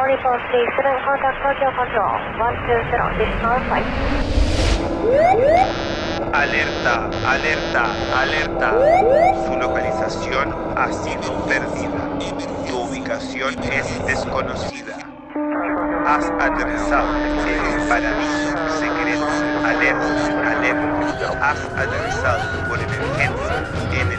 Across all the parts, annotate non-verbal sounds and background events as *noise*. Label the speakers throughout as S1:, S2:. S1: 4437 contact Tokyo Control 120, this is our flight.
S2: Alerta, alerta, alerta. Su localización ha sido perdida. Tu ubicación es desconocida. Has aterrizado en el paraíso secreto. Alerta, alerta. Has aterrizado por emergencia en el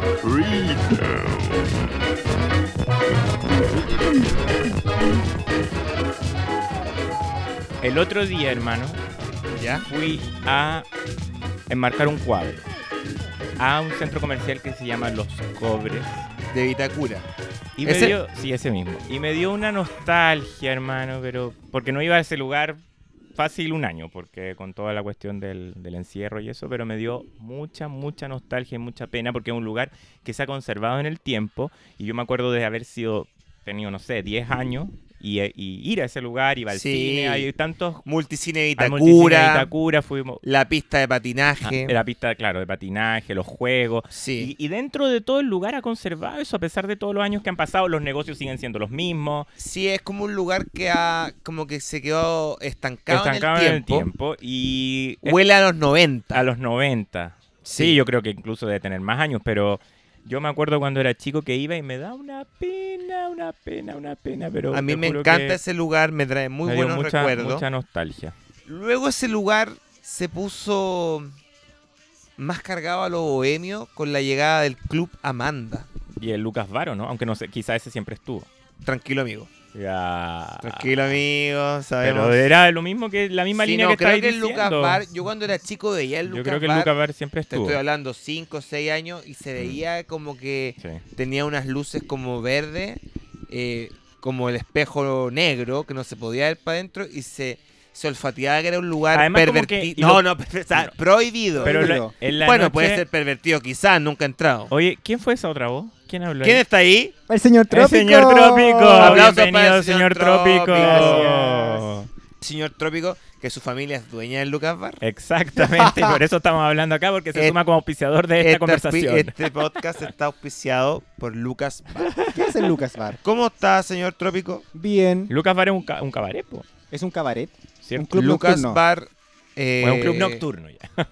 S3: the freedom.
S4: El otro día, hermano,
S5: ¿Ya?
S4: fui a enmarcar un cuadro a un centro comercial que se llama Los Cobres.
S5: De Vitacura.
S4: Y me
S5: ¿Ese?
S4: dio, sí, ese mismo. Y me dio una nostalgia, hermano, pero porque no iba a ese lugar fácil un año, porque con toda la cuestión del, del encierro y eso, pero me dio mucha, mucha nostalgia y mucha pena, porque es un lugar que se ha conservado en el tiempo, y yo me acuerdo de haber sido, tenido, no sé, 10 años, y, y ir a ese lugar, iba al
S5: Sí.
S4: cine, hay tantos...
S5: Multicine
S4: al multicine de
S5: Vitacura,
S4: Itacura, fuimos...
S5: la pista de patinaje.
S4: Ah, la pista, claro, de patinaje, los juegos,
S5: Sí.
S4: y, y dentro de todo el lugar ha conservado eso, a pesar de todos los años que han pasado, los negocios siguen siendo los mismos.
S5: Sí, es como un lugar que ha, como que se quedó estancado,
S4: estancados
S5: en el tiempo.
S4: y es-
S5: Huele a los 90.
S4: a los 90. Eh, Sí. yo creo que incluso debe tener más años, pero yo me acuerdo cuando era chico que iba y me da una pena, una pena, una pena, pero
S5: A mí
S4: te
S5: me
S4: juro
S5: encanta
S4: que
S5: ese lugar, me trae muy
S4: me dio
S5: buenos
S4: mucha,
S5: recuerdos.
S4: Mucha nostalgia.
S5: Luego ese lugar se puso más cargado a los bohemios con la llegada del Club Amanda.
S4: Y el Lucas Varo, ¿no? Aunque no sé, quizás ese siempre estuvo.
S5: Tranquilo, amigo.
S4: Ya.
S5: Tranquilo, amigo. Sabemos.
S4: Ah. Pero era lo mismo que la misma
S5: Sí,
S4: línea
S5: no,
S4: que
S5: creo
S4: estáis
S5: que el
S4: diciendo.
S5: Lucas Bar, yo cuando era chico veía el
S4: Yo
S5: Lucas
S4: creo que el
S5: Bar,
S4: Lucas Bar siempre
S5: te
S4: estuvo. Mm.
S5: estoy hablando 5 o 6 años, y se veía como que
S4: Sí.
S5: tenía unas luces como verde, eh, como el espejo negro, que no se podía ver para adentro, y se, se olfateaba que era un lugar
S4: Además, como que-
S5: pervertido.
S4: y
S5: No,
S4: lo-
S5: no, *laughs* pero está
S4: no.
S5: prohibido.
S4: Pero la-
S5: Prohibido.
S4: en la
S5: bueno,
S4: noche-
S5: puede ser pervertido quizás, nunca ha entrado.
S4: Oye, ¿quién fue esa otra voz? ¿Quién habló? ahí?
S5: ¿Quién está ahí?
S6: El señor Trópico.
S4: El señor Trópico.
S5: Aplausos
S4: Bienvenido,
S5: para el señor
S4: señor Trópico.
S5: Trópico. Señor Trópico, que su familia es dueña del Lucas Bar.
S4: Exactamente, y por *laughs* eso estamos hablando acá, porque se
S5: Et-
S4: suma como auspiciador de esta
S5: Este
S4: conversación.
S5: auspi- Este podcast está auspiciado por Lucas Bar.
S6: ¿Qué hace el Lucas Bar?
S5: ¿Cómo está, señor Trópico?
S6: Bien.
S4: Lucas Bar es un, ca- un cabaret, po,
S6: Es un cabaret.
S4: ¿cierto?
S6: Un club
S5: Lucas
S6: nocturno.
S5: Bar. eh,
S4: Bueno, un club nocturno ya.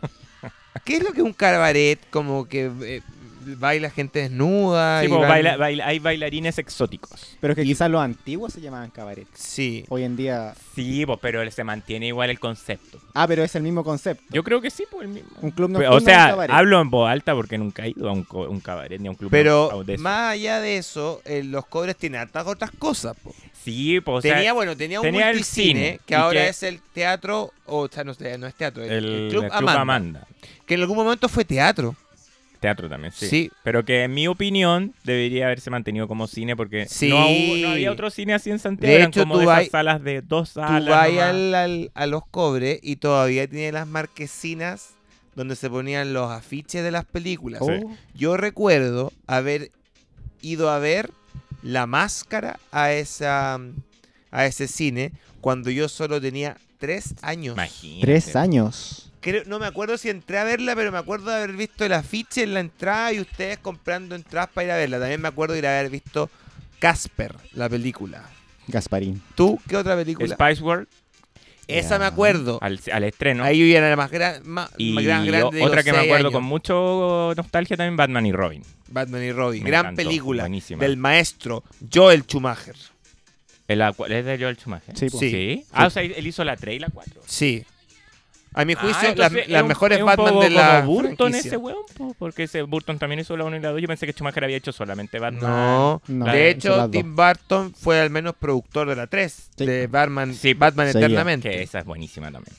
S5: ¿Qué es lo que es un cabaret? Como que eh, baila gente desnuda.
S4: Sí,
S5: y
S4: po,
S5: van-
S4: baila- baila- hay bailarines exóticos.
S6: Pero que quizás los antiguos se llamaban cabaret.
S5: Sí.
S6: Hoy en día.
S4: Sí, po, pero se mantiene igual el concepto.
S6: Ah, pero es el mismo concepto.
S4: Yo creo que sí, pues el mismo.
S6: Un club
S4: Pero,
S6: nocturno
S4: o sea,
S6: y un cabaret.
S4: hablo en voz alta porque nunca he ido a un, co- un cabaret ni a un club
S5: Pero
S4: nocturno de esos.
S5: más allá de eso, eh, los cobres tienen hartas otras cosas. po.
S4: Sí, po, o sea,
S5: tenía, bueno, tenía un
S4: tenía el
S5: multicine,
S4: cine,
S5: que
S4: y
S5: ahora
S4: que-
S5: es el teatro, o, sea, no, sé, no es teatro, es
S4: el,
S5: el,
S4: el
S5: Club, Amanda, Que en algún momento fue teatro.
S4: Teatro también, sí.
S5: Sí.
S4: Pero que en mi opinión debería haberse mantenido como cine porque
S5: Sí.
S4: no, hubo- no había otro cine así en Santiago.
S5: De
S4: Eran
S5: hecho,
S4: como
S5: tú
S4: de esas
S5: vai-
S4: salas de dos salas.
S5: Tú vas
S4: nomás.
S5: al- al- a los cobres y todavía tiene las marquesinas donde se ponían los afiches de las películas.
S6: Oh,
S4: Sí.
S5: Yo recuerdo haber ido a ver La Máscara a, esa, a ese cine cuando yo solo tenía tres años.
S4: Imagínate.
S6: Tres años.
S5: Creo- no me acuerdo si entré a verla, pero me acuerdo de haber visto el afiche en la entrada y ustedes comprando entradas para ir a verla. También me acuerdo de ir a haber visto Casper, la película.
S6: Gasparín.
S5: ¿Tú qué otra película?
S4: Spice World
S5: Esa me
S6: Ya.
S5: acuerdo.
S4: al, al estreno.
S5: Ahí yo ya era más, gran, más,
S4: y
S5: más Oh. gran- grande. de
S4: otra
S5: los
S4: que me
S5: seis
S4: acuerdo
S5: años.
S4: con mucho nostalgia también, Batman y Robin.
S5: Batman y Robin.
S4: Me
S5: gran
S4: encantó,
S5: película
S4: buenísima.
S5: del maestro Joel Schumacher.
S4: El, acu- ¿Es de Joel Schumacher?
S6: Sí, pues. po.
S5: Sí.
S4: Ah, o sea, él hizo la 3 y la 4.
S5: Sí. A mi juicio,
S4: Ah,
S5: las,
S4: entonces
S5: las
S4: es un-
S5: mejores
S4: es un
S5: Batman
S4: poco
S5: de la
S4: como Burton
S5: franquicia.
S4: ese weón, po, porque ese Burton también hizo la 1 y la 2. Yo pensé que Schumacher había hecho solamente Batman.
S5: No.
S6: No,
S5: De
S6: hizo las
S5: hecho,
S6: dos.
S5: Tim Burton fue al menos productor de la 3,
S6: Sí.
S5: de Batman,
S4: Sí.
S5: Batman
S6: Sí,
S5: Eternamente.
S4: Que esa es buenísima también.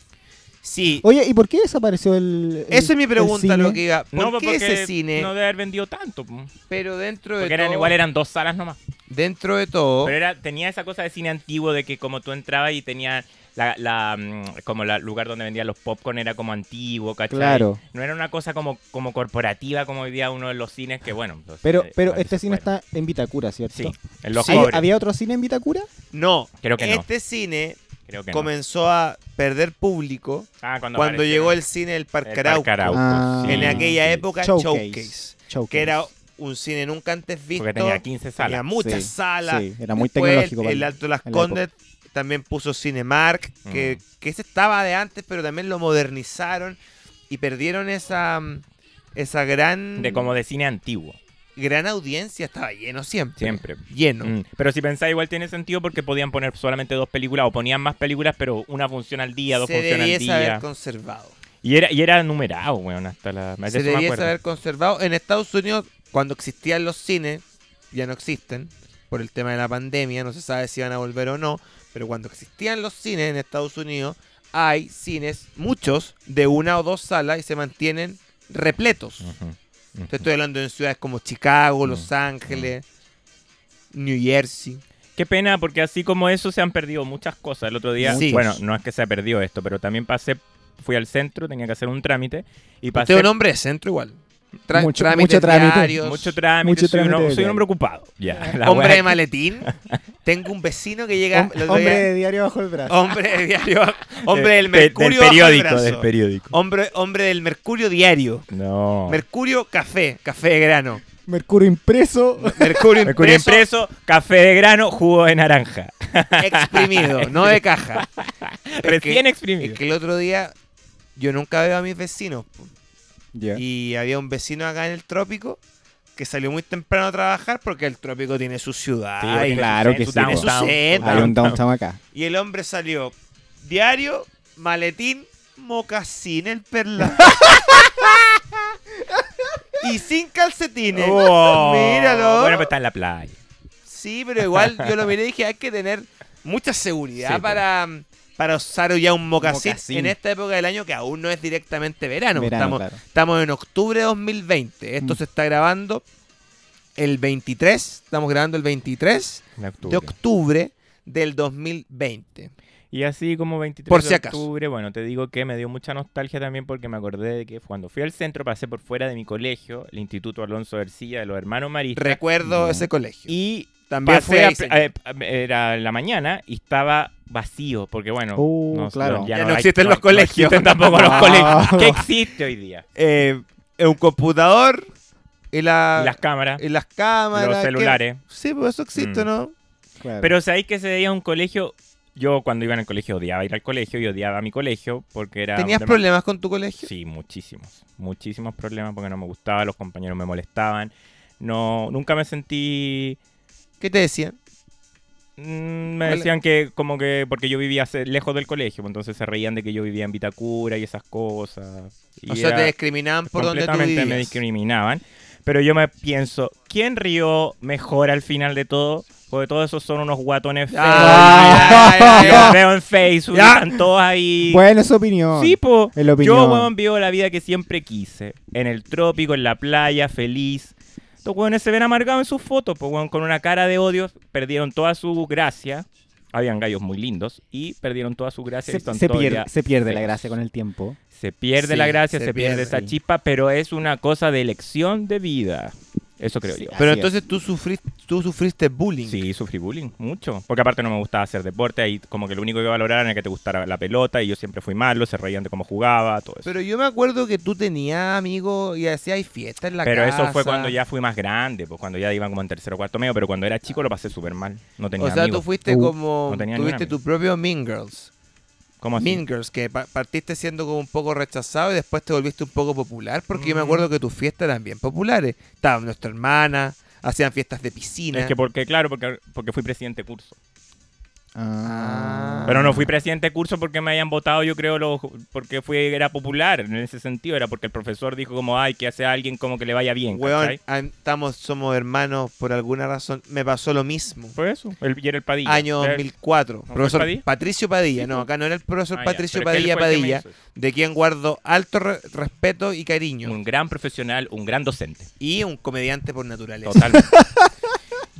S5: Sí,
S6: Oye, ¿y por qué desapareció el. el-
S5: eso es mi
S6: el
S5: pregunta,
S6: cine?
S5: lo que iba. ¿Por
S4: No,
S5: qué
S4: porque
S5: ese cine?
S4: no debe haber vendido tanto. po.
S5: Pero dentro de
S4: Porque eran,
S5: todo, Oh.
S4: igual eran dos salas nomás.
S5: dentro de todo,
S4: Pero era, tenía esa cosa de cine antiguo de que como tú entrabas y tenía la, la, mm, como el lugar donde vendían los popcorn era como antiguo, ¿cachai?
S6: Claro.
S4: No era una cosa como, como corporativa como hoy día uno de los cines que bueno. los
S6: Pero,
S4: cines
S6: pero
S4: grandes
S6: este
S4: se
S6: cine
S4: fueron.
S6: está en Vitacura, ¿cierto?
S4: Sí, en los
S5: Sí.
S6: ¿Hay-
S4: cobres.
S6: ¿Había otro cine en Vitacura?
S5: no.
S4: Creo que no.
S5: este cine
S4: Creo que no.
S5: comenzó a perder público
S4: Ah, cuando,
S5: cuando
S4: apareció
S5: llegó el cine del Parque
S4: el
S5: Arauco.
S4: Parque Arauco,
S6: Ah.
S4: sí.
S5: En aquella época, Showcase,
S6: Showcase. Showcase.
S5: que era un cine nunca antes visto.
S4: Porque tenía 15 salas.
S5: Tenía muchas
S6: Sí,
S5: salas.
S6: sí, era muy
S5: Después,
S6: tecnológico para
S5: El
S6: la-
S5: Alto Las
S6: en la
S5: Condes también puso Cinemark, que,
S4: Mm.
S5: que ese estaba de antes, pero también lo modernizaron y perdieron esa, mm, esa gran,
S4: de como de cine antiguo,
S5: gran audiencia. Estaba lleno siempre.
S4: siempre.
S5: Lleno.
S4: Mm, Pero si pensáis, igual tiene sentido porque podían poner solamente dos películas o ponían más películas, pero una función al día, dos
S5: Se
S4: funciones al
S5: debiese haber
S4: día.
S5: conservado.
S4: Y era, y era numerado, weón, hasta la. de
S5: Se
S4: eso me
S5: debiese
S4: acuerdo.
S5: haber conservado. En Estados Unidos, cuando existían los cines, ya no existen por el tema de la pandemia, no se sabe si van a volver o no, pero cuando existían los cines en Estados Unidos, hay cines, muchos, de una o dos salas y se mantienen repletos.
S4: Ujú, ujú.
S5: Te estoy hablando en ciudades como Chicago, Los
S4: Mm.
S5: Ángeles, New Jersey.
S4: Qué pena, porque así como eso se han perdido muchas cosas. El otro día,
S5: Sí.
S4: bueno, no es que se perdió esto, pero también pasé, fui al centro, tenía que hacer un trámite y pasé
S5: Usted es un hombre de centro igual. Tra-
S6: Mucho-
S5: trámites
S6: mucho trámite.
S5: diarios.
S4: mucho trámite,
S6: Mucho
S4: soy, un-
S6: trámite de
S4: soy un hombre
S6: diario.
S4: ocupado. Ya, la
S5: hombre
S4: weá-
S5: de
S4: *laughs*
S5: maletín. Tengo un vecino que llega...
S6: Hom-
S5: el otro
S6: hombre
S5: día-
S6: de diario bajo el brazo.
S5: Hombre de diario, hombre del
S4: pe-
S5: mercurio
S4: del
S5: bajo el
S4: periódico,
S5: brazo.
S4: del periódico.
S5: Hombre, hombre del mercurio diario.
S4: No.
S5: Mercurio café, café de grano.
S6: Mercurio impreso.
S5: Oh.
S6: *laughs*
S5: Mercurio,
S4: Mercurio
S5: impreso,
S4: impreso, café de grano, jugo de naranja.
S5: exprimido, no de caja. *laughs* Es que-
S4: Recién exprimido.
S5: Es que el otro día yo nunca veo a mis vecinos. po.
S6: Ya.
S5: Y había un vecino acá en el trópico que salió muy temprano a trabajar porque el trópico tiene su ciudad.
S4: Sí, porque
S5: y-
S6: claro
S4: tiene
S6: que
S4: su
S6: sí,
S4: downtown,
S5: pues. Tiene su
S4: su
S5: seta.
S6: Hay un downtown acá.
S5: Y el hombre salió diario, maletín, mocasín, el perla. y sin calcetines.
S4: Oh.
S5: Míralo.
S4: Bueno, pues está en la playa.
S5: Sí, pero igual yo lo miré y dije, hay que tener mucha seguridad
S4: Sí,
S5: para, para usar ya un mocasín,
S6: Mocasín.
S5: en esta época del año que aún no es directamente verano.
S6: Verano,
S5: estamos,
S6: claro.
S5: estamos en octubre de 2020. Esto
S6: Mm.
S5: se está grabando el 23. Estamos grabando el 23
S4: En
S5: de
S4: octubre.
S5: octubre del 2020.
S4: Y así como 23
S5: Por si
S4: de
S5: acaso.
S4: octubre, bueno, te digo que me dio mucha nostalgia también porque me acordé de que cuando fui al centro pasé por fuera de mi colegio, el Instituto Alonso Ercilla de los Hermanos Maristas.
S5: Recuerdo
S6: Mm.
S5: ese colegio.
S4: y
S5: También fui
S4: pasé,
S5: ahí,
S4: a-
S5: señor.
S4: eh, era la mañana y estaba vacío porque bueno,
S6: Oh, claro.
S5: Ya no existen los colegios.
S4: existen tampoco los
S6: No.
S4: colegios.
S5: *laughs*
S4: ¿Qué existe hoy día?
S5: Eh, eh, un computador y, la-
S4: Y las cámaras.
S5: y las cámaras.
S4: los
S5: ¿qué?
S4: celulares.
S5: Sí, pues eso existe,
S4: Mm.
S5: ¿no?
S6: Claro.
S4: Pero sabéis que ese día un colegio, yo cuando iba en el colegio odiaba ir al colegio y odiaba mi colegio porque era...
S5: ¿Tenías
S4: dema-
S5: problemas con tu colegio?
S4: Sí, muchísimos. Muchísimos problemas porque no me gustaba, los compañeros me molestaban. No, nunca me sentí...
S5: ¿Qué te decían?
S4: mm, Me
S5: Hola.
S4: decían que como que porque yo vivía ce- lejos del colegio, pues entonces se reían de que yo vivía en Vitacura y esas cosas. Y
S5: o sea, te
S4: era-
S5: discriminaban por donde tú
S4: completamente
S5: vivías.
S4: me discriminaban. Pero yo me pienso, ¿quién rió mejor al final de todo? Porque todos esos son unos guatones feos.
S5: Ah,
S4: y-
S5: ya,
S4: y
S5: ya,
S4: los
S5: ya.
S4: veo en Facebook, y
S5: Ya.
S4: están todos ahí.
S6: Bueno, es su opinión.
S4: Sí, po.
S6: Es la
S4: Yo,
S6: opinión.
S4: weón, vivo la vida que siempre quise. En el trópico, en la playa, feliz. Estos weones se ven amargados en sus fotos, po, weón, con una cara de odio. Perdieron toda su gracia. Habían gallos muy lindos y perdieron toda su gracia. y
S6: se,
S4: están
S6: se
S4: todo el
S6: pierde,
S4: día
S6: se pierde la
S4: feos.
S6: gracia con el tiempo.
S4: Se
S5: Sí,
S4: pierde la gracia,
S5: se
S4: se, pierde,
S5: pierde.
S4: esa chispa, pero es una cosa de elección de vida. Eso creo
S6: Sí.
S4: yo.
S5: Pero
S6: Así es.
S5: entonces tú sufriste, tú sufriste bullying.
S4: Sí, sufrí bullying, mucho. Porque aparte no me gustaba hacer deporte, ahí como que lo único que valoraban era que te gustara la pelota y yo siempre fui malo, se reían de cómo jugaba, todo eso. Pero,
S5: Pero yo me acuerdo que tú tenías amigos y hacías fiestas en la casa.
S4: eso fue cuando ya fui más grande, pues cuando ya iban como en tercero o cuarto medio, pero cuando era chico lo pasé súper mal. No tenía
S5: O sea,
S4: amigos.
S5: tú fuiste
S6: Uh,
S5: como...
S4: no tenía ni un
S5: tuviste
S4: amigo.
S5: tu propio Mean Girls.
S4: ¿Cómo así?
S5: Mean Girls, que pa- partiste siendo como un poco rechazado y después te volviste un poco popular, porque yo me acuerdo que tus fiestas eran bien populares. Estaba nuestra hermana, hacían fiestas de piscina.
S4: Es que porque, claro, porque, porque fui presidente de curso.
S5: Ah,
S4: Pero no fui presidente de curso porque me hayan votado, yo creo, lo- porque fui, era popular en ese sentido. Era porque el profesor dijo como, ay, que hace a alguien como que le vaya bien.
S5: Weón,
S4: ¿cachai?
S5: an- estamos, somos hermanos por alguna razón. Me pasó lo mismo.
S4: Fue eso. El, y era el Padilla.
S5: Año
S4: Era-
S5: 2004.
S4: fue
S5: profesor
S4: Padilla?
S5: Patricio Padilla. No, acá no era el
S4: Ah,
S5: profesor
S4: ya,
S5: Patricio
S4: pero es que él
S5: Padilla
S4: fue el que me
S5: Padilla,
S4: hizo eso.
S5: de quien guardo alto re- respeto y cariño.
S4: Un gran profesional, un gran docente.
S5: Y un comediante por naturaleza.
S4: Totalmente.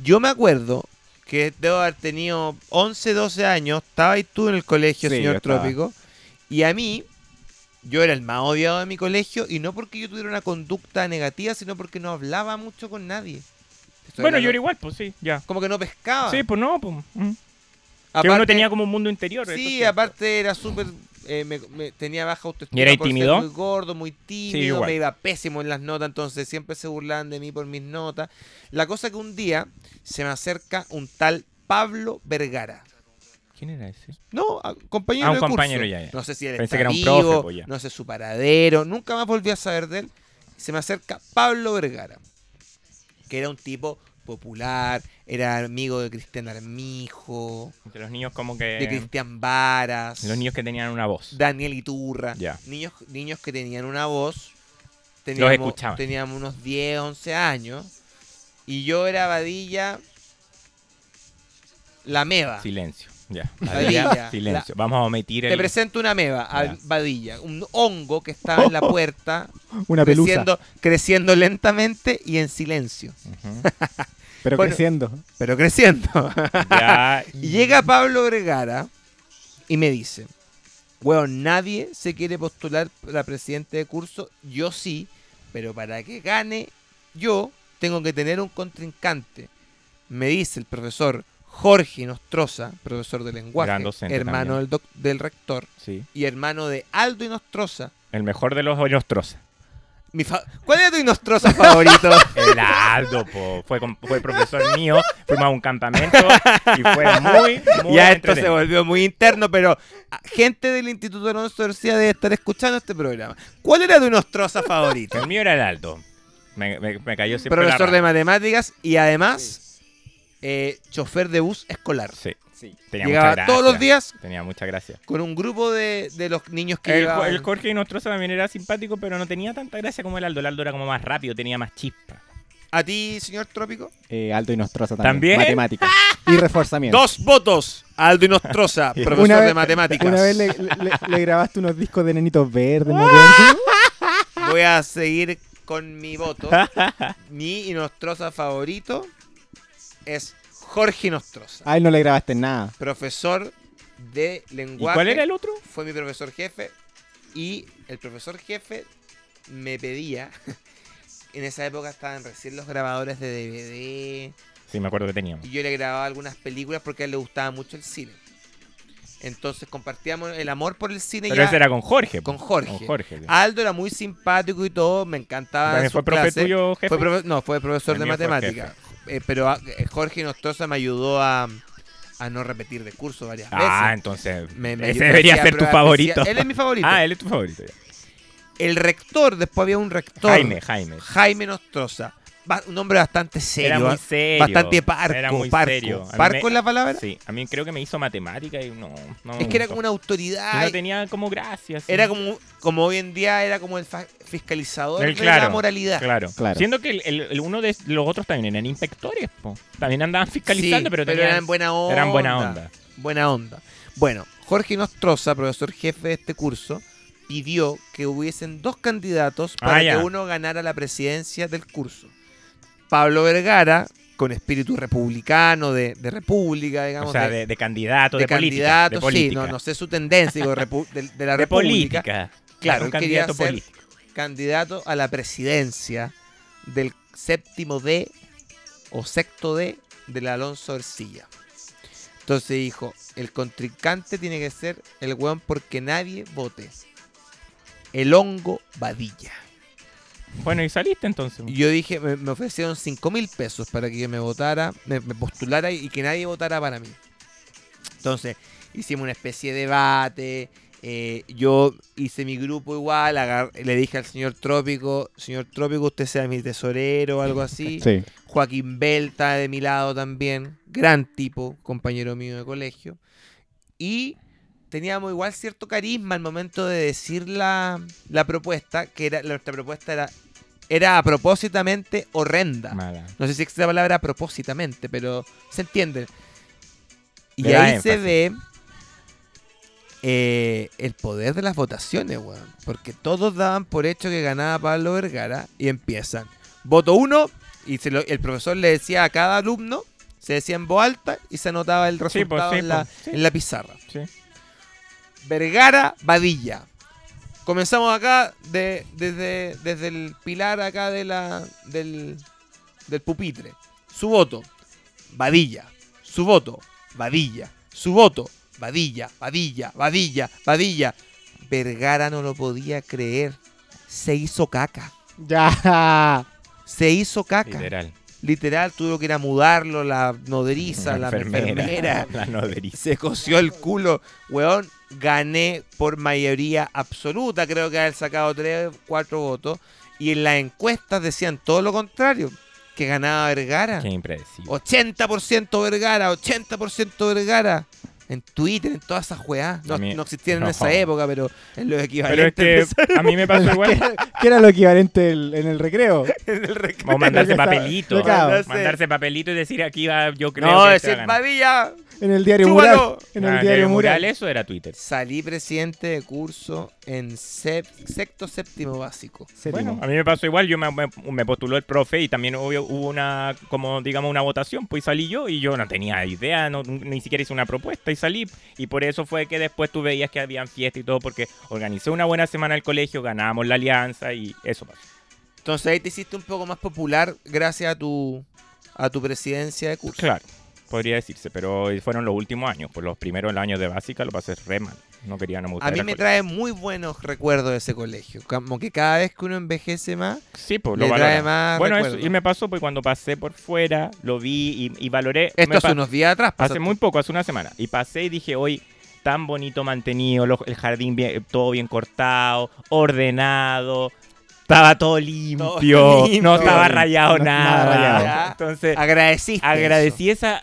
S5: Yo me acuerdo que debo haber tenido 11, 12 años. Estabas tú en el colegio,
S6: Sí, yo
S5: señor
S6: estaba.
S5: Trópico. Y a mí, yo era el más odiado de mi colegio. Y no porque yo tuviera una conducta negativa, sino porque no hablaba mucho con nadie. Estoy
S4: bueno,
S5: hablando-
S4: yo era igual, pues sí, ya.
S5: Como que no pescaba.
S4: Sí, pues no, pues. mm.
S5: Aparte-
S4: que uno tenía como un mundo interior. eso
S5: Sí,
S4: cierto.
S5: aparte era súper. eh, me- me- tenía baja autoestima.
S4: ¿Y era
S5: por ser
S4: tímido?
S5: Muy gordo, muy
S4: Sí,
S5: tímido.
S4: igual.
S5: me iba pésimo en las notas, entonces siempre se burlaban de mí por mis notas. La cosa que un día se me acerca un tal Pablo Vergara.
S4: ¿Quién era ese?
S5: No, a- compañero
S4: Ah, un
S5: de curso.
S4: compañero, ya, ya.
S5: No sé si él
S4: Pensé
S5: está
S4: que era un
S5: vivo,
S4: profe, pues, ya.
S5: no sé su paradero, nunca más volví a saber de él. Se me acerca Pablo Vergara, que era un tipo popular, era amigo de Cristian Armijo,
S4: De los niños como que...
S5: de Cristian Varas.
S4: Los niños que tenían una voz.
S5: Daniel Iturra.
S4: Ya.
S5: Niños, niños que tenían una voz.
S4: escuchaban.
S5: Teníamos unos 10, 11 años. Y yo era Badilla. La meba.
S4: Silencio. Ya.
S5: Padilla,
S4: Padilla, silencio. Vamos a omitir
S5: Te
S4: el...
S5: presento una meba,
S4: Ya.
S5: al Badilla. Un hongo que estaba en
S4: *laughs*
S5: la puerta.
S6: Una pelusa.
S5: creciendo, creciendo lentamente y en silencio.
S4: Ujú.
S6: Pero
S5: Bueno.
S6: creciendo.
S5: Pero creciendo. *laughs*
S4: Ya.
S5: Y Llega Pablo Vergara y me dice, weón, nadie se quiere postular para presidente de curso, yo sí, pero para que gane yo tengo que tener un contrincante. Me dice el profesor Jorge Nostroza, profesor de lenguaje,
S4: Gran docente
S5: hermano del, doc- del rector
S4: Sí.
S5: y hermano de Aldo Inostroza.
S4: El mejor de los Nostroza.
S5: Mi fa- ¿Cuál era tu Inostroza favorito?
S4: *laughs* El Aldo, po. Fue, com- fue profesor mío. Fuimos a un campamento y fue muy, muy
S5: ya esto se
S4: entretenido.
S5: volvió muy interno, pero ah, gente del Instituto de Alonso García debe estar escuchando este programa. ¿Cuál era tu Nostroza *laughs* favorito?
S4: El mío era el Aldo. Me, me- me cayó siempre la
S5: profesor de
S4: raja.
S5: matemáticas y además eh, chofer de bus escolar.
S4: Sí.
S6: Sí.
S4: Tenía
S5: Llegaba
S4: mucha gracia.
S5: todos los días.
S4: Tenía mucha gracia.
S5: Con un grupo de, de los niños que
S4: El,
S5: llevaban-
S4: el Jorge Nostroza también era simpático, pero no tenía tanta gracia como el Aldo. El Aldo era como más rápido, tenía más chispa.
S5: ¿A ti, señor Trópico?
S6: Eh, alto y nostrosa también.
S4: ¿También?
S6: Matemáticas. Y reforzamiento.
S5: Dos votos. Aldo Nostroza, *laughs* profesor
S6: Una vez-
S5: de matemáticas.
S6: Una vez le, le- le grabaste unos discos de nenitos verdes, me acuerdo.
S5: Voy a seguir con mi *laughs* voto. mi Nostroza favorito es Jorge Nostroza.
S6: A él no le grabaste nada.
S5: profesor de
S4: ¿Y
S5: lenguaje.
S4: cuál era el otro?
S5: Fue mi profesor jefe y el profesor jefe me pedía, *laughs* en esa época estaban recién los grabadores de DVD
S4: Sí, me acuerdo que teníamos.
S5: y yo le grababa algunas películas porque a él le gustaba mucho el cine. Entonces compartíamos el amor por el cine
S4: Pero
S5: ya
S4: ese era con Jorge.
S5: con
S4: po.
S5: Jorge. Ah,
S4: Con Jorge. sí.
S5: Aldo era muy simpático y todo, me encantaba
S4: ¿También
S5: su
S4: fue profe
S5: clase.
S4: tuyo, jefe?
S5: Fue profe- no, fue profesor
S4: El
S5: de
S4: mío fue
S5: matemática. Eh, pero a- eh, Jorge Nostroza me ayudó a, a no repetir de curso varias veces.
S4: ah, entonces.
S5: Me- me-
S4: ese
S5: me
S4: debería
S5: hacía
S4: ser tu
S5: pruebas,
S4: favorito.
S5: me hacía- él es mi favorito.
S4: Ah, él es tu favorito. ya.
S5: El rector, después había un rector.
S4: Jaime, Jaime.
S5: Jaime Nostroza. Ba- Un hombre bastante serio.
S4: Era muy
S5: ¿eh?
S4: serio.
S5: Bastante parco.
S4: Era muy
S5: parco.
S4: serio. A mí
S5: ¿Parco
S4: me-
S5: es la palabra?
S4: Sí, a mí creo que me hizo matemática y no. no me
S5: Es que era
S4: gustó.
S5: como una autoridad.
S4: Y No tenía como gracia. sí.
S5: Era como, como hoy en día era como el fa- fiscalizador
S4: El-
S5: de la moralidad.
S4: Claro.
S6: Claro.
S4: Siendo que el, el- el uno de los otros también eran inspectores, po. También andaban
S5: Sí,
S4: fiscalizando, pero, tenían,
S5: eran buena onda.
S4: eran buena onda.
S5: Buena onda. Bueno, Jorge Nostroza, profesor jefe de este curso, pidió que hubiesen dos candidatos para
S4: Ah,
S5: que
S4: ya.
S5: uno ganara la presidencia del curso. Pablo Vergara, con espíritu republicano, de, de república, digamos.
S4: o sea, de, de candidato, de, política.
S5: candidato,
S4: De política.
S5: sí, no, no sé su tendencia, digo,
S4: *laughs*
S5: repu- de, de la
S4: de
S5: república.
S4: política.
S5: Claro,
S4: Era un
S5: él quería
S4: candidato
S5: ser-
S4: político.
S5: Candidato a la presidencia del séptimo D o sexto D del Alonso Ercilla. Entonces dijo, el contrincante tiene que ser el weón porque nadie vote. El hongo vadilla.
S4: Bueno, y saliste entonces.
S5: Y yo dije, me, me ofrecieron 5 mil pesos para que yo me votara, me, me postulara y que nadie votara para mí. Entonces, hicimos una especie de debate. eh, yo hice mi grupo igual, agar- le dije al señor Trópico, señor Trópico, usted sea mi tesorero o algo así.
S6: Sí.
S5: Joaquín Belta de mi lado también, gran tipo, compañero mío de colegio. Y teníamos igual cierto carisma al momento de decir la, la propuesta, que era, la- nuestra propuesta era, era a propósitamente horrenda.
S4: Mala.
S5: No sé si existe la palabra propósitamente, pero se entiende. Y
S4: Le da
S5: ahí se
S4: énfasis.
S5: ve eh, el poder de las votaciones, weón. Porque todos daban por hecho que ganaba Pablo Vergara y empiezan. Voto uno, y se lo- el profesor le decía a cada alumno, se decía en voz alta y se anotaba el
S4: Sí, pues,
S5: resultado
S4: sí,
S5: en, la,
S4: pues, sí.
S5: en la pizarra.
S4: Sí.
S5: Vergara Badilla. Comenzamos acá de- desde, desde el pilar acá de la, del, del pupitre. Su voto, Badilla. Su voto, Badilla. Su voto, Badilla, Badilla, Badilla, Badilla. Vergara no lo podía creer. Se hizo caca.
S6: Ya.
S5: Se hizo caca. Literal,
S4: Literal.
S5: tuvo que ir a mudarlo la nodriza, la, enfermera.
S4: *laughs* La
S5: *laughs*
S4: nodriza.
S5: se coció el culo. Weón, gané por mayoría absoluta. Creo que haber sacado 3, 4 votos. Y en las encuestas decían todo lo contrario. Que ganaba Vergara.
S4: Qué impredecible.
S5: 80% Vergara, 80% Vergara. En Twitter, en todas esas weás. No,
S4: A mí-
S5: no existían
S4: no.
S5: en esa época, pero *laughs* en los
S4: Pero es
S5: equivalentes
S4: que a mí me pasó igual.
S6: ¿Qué era lo equivalente el- en el recreo?
S5: en el recreo.
S6: *laughs*
S4: O mandarse
S6: Lo que está-
S4: papelito.
S6: lo que hago.
S4: Mandarse- Mandarse papelito y decir aquí va, yo creo
S5: No,
S4: que
S5: es
S4: este
S5: decir,
S4: va a ganar.
S5: Badilla.
S6: En el diario
S5: Súbalo.
S6: Mural. En el
S4: Ah,
S6: diario
S4: mural,
S6: Mural.
S4: eso era Twitter.
S5: Salí presidente de curso en sep- sexto, séptimo básico.
S4: Bueno, a mí me pasó igual, yo me, me- me postuló el profe y también obvio, hubo una, como digamos, una votación, pues salí yo y yo no tenía idea, no- ni siquiera hice una propuesta y salí. Y por eso fue que después tú veías que habían fiesta y todo, porque organizé una buena semana al colegio, ganamos la alianza y eso pasó.
S5: Entonces ahí te hiciste un poco más popular gracias a tu a tu presidencia de curso.
S4: Claro, podría decirse, pero fueron los últimos años, pues los primeros años de básica lo pasé re mal, no quería, no me gustaba
S5: A mí
S4: ir al
S5: me
S4: colegio.
S5: trae muy buenos recuerdos de ese colegio. Como que cada vez que uno envejece más,
S4: Sí, pues
S5: le
S4: lo
S5: trae
S4: valoré.
S5: más
S4: Bueno, eso,
S5: recuerdos.
S4: y me pasó, pues cuando pasé por fuera, lo vi y, y valoré.
S5: esto
S4: me
S5: hace
S4: pa-
S5: unos días atrás. pues,
S4: Hace
S5: pasaste.
S4: muy poco, hace una semana. Y pasé y dije, hoy tan bonito mantenido, lo- el jardín bien- todo bien cortado, ordenado, estaba todo limpio,
S5: limpio.
S4: no estaba rayado
S6: No-
S4: nada.
S6: nada
S5: rayado.
S4: Entonces,
S5: agradeciste. eso.
S4: agradecí esa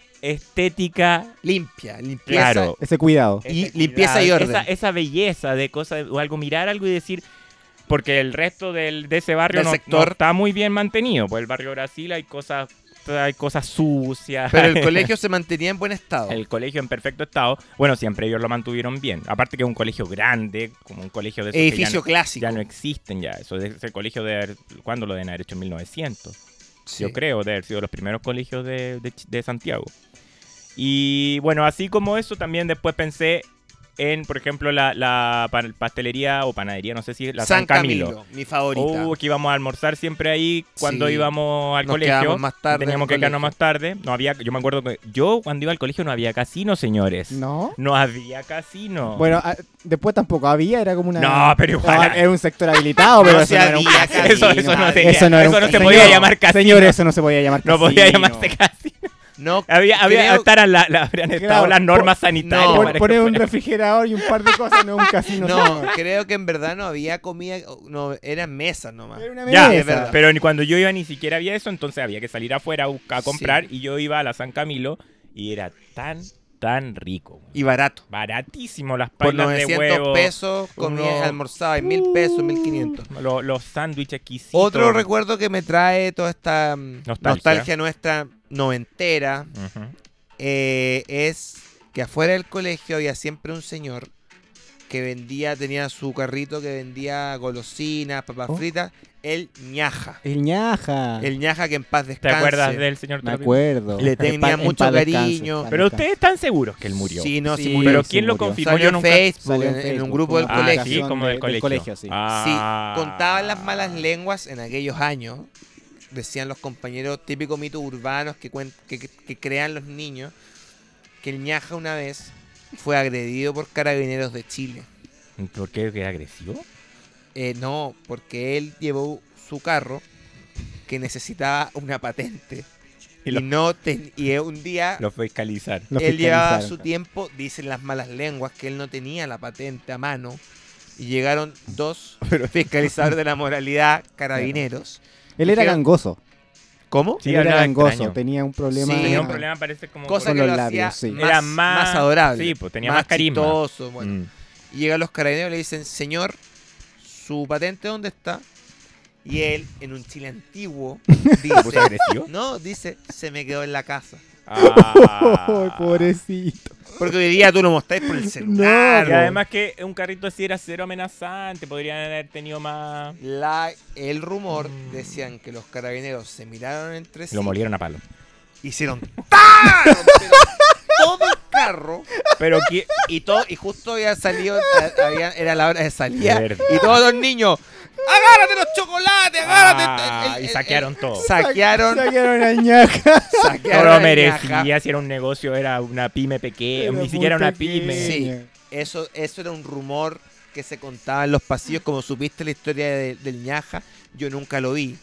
S4: estética,
S5: Limpia, limpieza.
S4: claro.
S6: Ese cuidado.
S5: Y
S4: ese
S5: limpieza
S4: cuidado,
S5: y orden.
S4: Esa, esa belleza de cosas, o algo, mirar algo y decir... Porque el resto del, de ese barrio
S5: Del
S4: no, no
S5: sector.
S4: está muy bien mantenido. Por el barrio Brasil hay cosas, hay cosas sucias.
S5: Pero
S4: *laughs*
S5: el colegio se mantenía en buen estado.
S4: El colegio en perfecto estado. Bueno, siempre ellos lo mantuvieron bien. Aparte que es un colegio grande, como un colegio de esos que ya
S5: Edificio
S4: no-
S5: clásico.
S4: ya, no existen ya. Eso es el colegio de haber- ¿cuándo lo deben haber hecho? En 1900.
S5: Sí.
S4: Yo creo de haber sido los primeros colegios de, de Ch- de Santiago. Y bueno, así como eso, también después pensé en, por ejemplo, la, la pan- pastelería o panadería, no sé si la San, Camilo.
S5: mi favorita.
S4: Uh, que íbamos a almorzar siempre ahí cuando
S5: Sí.
S4: íbamos al
S5: Nos
S4: colegio.
S5: quedábamos más tarde en
S4: Teníamos
S5: el
S4: que quedarnos
S5: colegio.
S4: más tarde. No había, yo me acuerdo que yo cuando iba al colegio no había casino, señores. No,
S6: ¿No?
S4: había casino.
S6: Bueno, ah, después tampoco había, era como una.
S4: No, pero igual
S6: No,
S4: era-
S6: era un sector
S4: *laughs*
S6: habilitado, pero
S5: No
S6: eso
S5: se
S6: no era un
S5: había
S6: casino.
S5: casino,
S4: eso, eso no,
S5: madre.
S4: tenía-
S6: Eso no era
S4: eso
S6: un
S4: no se
S6: casino.
S4: podía llamar casino.
S6: Señor, eso no se podía llamar
S4: no
S6: casino.
S4: podía llamarse casino.
S5: No,
S4: Había, había
S5: creo-
S4: estaban la- la- habrían estado
S6: Claro,
S4: las normas
S5: por-
S4: sanitarias.
S5: no.
S6: Pon-
S4: para que
S6: Poner un
S4: fuera.
S6: refrigerador y un par de cosas, no un
S4: *laughs*
S6: casino.
S5: no, creo que en verdad no había comida, no, eran mesas nomás.
S6: Era una
S4: Ya,
S6: mesa.
S5: es verdad.
S4: pero ni cuando yo iba ni siquiera había eso, entonces había que salir afuera a buscar a
S5: Sí.
S4: comprar y yo iba a la San Camilo y era tan, tan rico. güey.
S5: Y barato.
S4: Baratísimo las
S5: Por
S4: pailas de
S5: 900
S4: huevo.
S5: pesos comía,
S4: uno-
S5: almorzaba y mil pesos, mil quinientos.
S4: Lo- los sándwiches exquisitos.
S5: Otro recuerdo que me trae toda esta mm, nostalgia,
S4: Nostalgia.
S5: nuestra noventera
S4: Ujú.
S5: eh, es que afuera del colegio había siempre un señor que vendía, tenía su carrito que vendía golosinas, papas
S6: Oh.
S5: fritas, el ñaja.
S6: El ñaja.
S5: El ñaja que en paz descanse.
S4: Ah. ¿Te acuerdas del señor
S6: Me
S4: Tropi?
S6: acuerdo.
S5: Le
S6: En
S5: tenía
S6: paz- en
S5: mucho
S6: paz descanse,
S5: cariño.
S6: en paz
S4: Pero
S6: descanse.
S4: ustedes están seguros que él murió.
S5: Sí, no, sí,
S6: Sí,
S5: murió.
S4: Pero
S6: sí
S4: ¿quién lo
S6: murió.
S4: confirmó?
S5: Salió
S4: Yo
S5: en
S4: nunca.
S5: Facebook,
S6: Salió
S5: en,
S6: en
S5: en un
S6: Facebook,
S5: grupo
S6: fue
S5: del
S6: una
S4: Ah,
S5: colegio.
S4: sí,
S6: publicación
S4: como del
S6: de-
S4: colegio.
S6: del colegio, sí.
S4: Ah.
S5: Sí, contaban las malas lenguas en aquellos años. Decían los compañeros típicos mitos urbanos que, cuen- que, que- que crean los niños. Que el ñaja una vez fue agredido por carabineros de Chile.
S4: ¿Por qué que era agresivo?
S5: Eh, no, porque él llevó su carro que necesitaba una patente.
S4: Y
S5: Y,
S4: lo-
S5: no ten- y un día
S4: Lo fiscalizar.
S6: Lo
S5: él llevaba
S6: fiscalizaron.
S5: su tiempo, dicen las malas lenguas, que él no tenía la patente a mano. Y llegaron
S6: *laughs*
S5: dos fiscalizadores de la moralidad, carabineros.
S6: Él era
S5: Dijeron-
S6: gangoso.
S5: ¿Cómo?
S4: Sí,
S6: Él era
S4: hablaba
S6: gangoso,
S4: extraño.
S6: tenía un problema.
S5: Sí,
S4: Tenía un problema, parece como...
S5: Cosa
S6: con
S5: que
S6: los
S5: lo hacía
S6: labios, sí.
S5: más,
S4: Era
S5: más,
S4: más-
S5: adorable.
S4: sí, pues, tenía más carisma.
S5: chistoso, bueno.
S4: Mm.
S5: Y llegan los carabineros y le dicen, señor, ¿su patente dónde está? Y él, en un chile antiguo,
S6: *laughs*
S4: ¿Puso
S5: dice,
S4: agresivo?
S5: no, dice, se me quedó en la casa.
S6: Ay,
S4: Ah.
S6: pobrecito.
S5: Porque hoy día tú lo mostráis
S6: *laughs*
S5: por el celular.
S4: *laughs* Y además que un carrito así era cero amenazante, podrían haber tenido más...
S5: La- el rumor decían que los carabineros se miraron entre sí,
S4: Lo molieron a palo.
S5: hicieron ¡Tan! Rompieron todo el carro *laughs*
S4: Pero que...
S5: y todo y justo había salido a- había- era la hora de salida
S4: Verde.
S5: y todos los niños agárrate los chocolates agárrate
S4: Ah,
S5: El-
S4: y
S5: el-
S4: saquearon todo.
S5: el- saquearon
S6: Saquearon a ñaca.
S4: No
S5: saquearon
S4: lo
S5: la ñaja.
S4: merecía, si era un negocio, era una pyme pequeña,
S6: Era
S4: ni
S6: muy
S4: siquiera una
S6: pequeña.
S4: pyme.
S5: Sí. eso eso era un rumor que se contaba en los pasillos como supiste la historia de- del ñaja yo nunca lo vi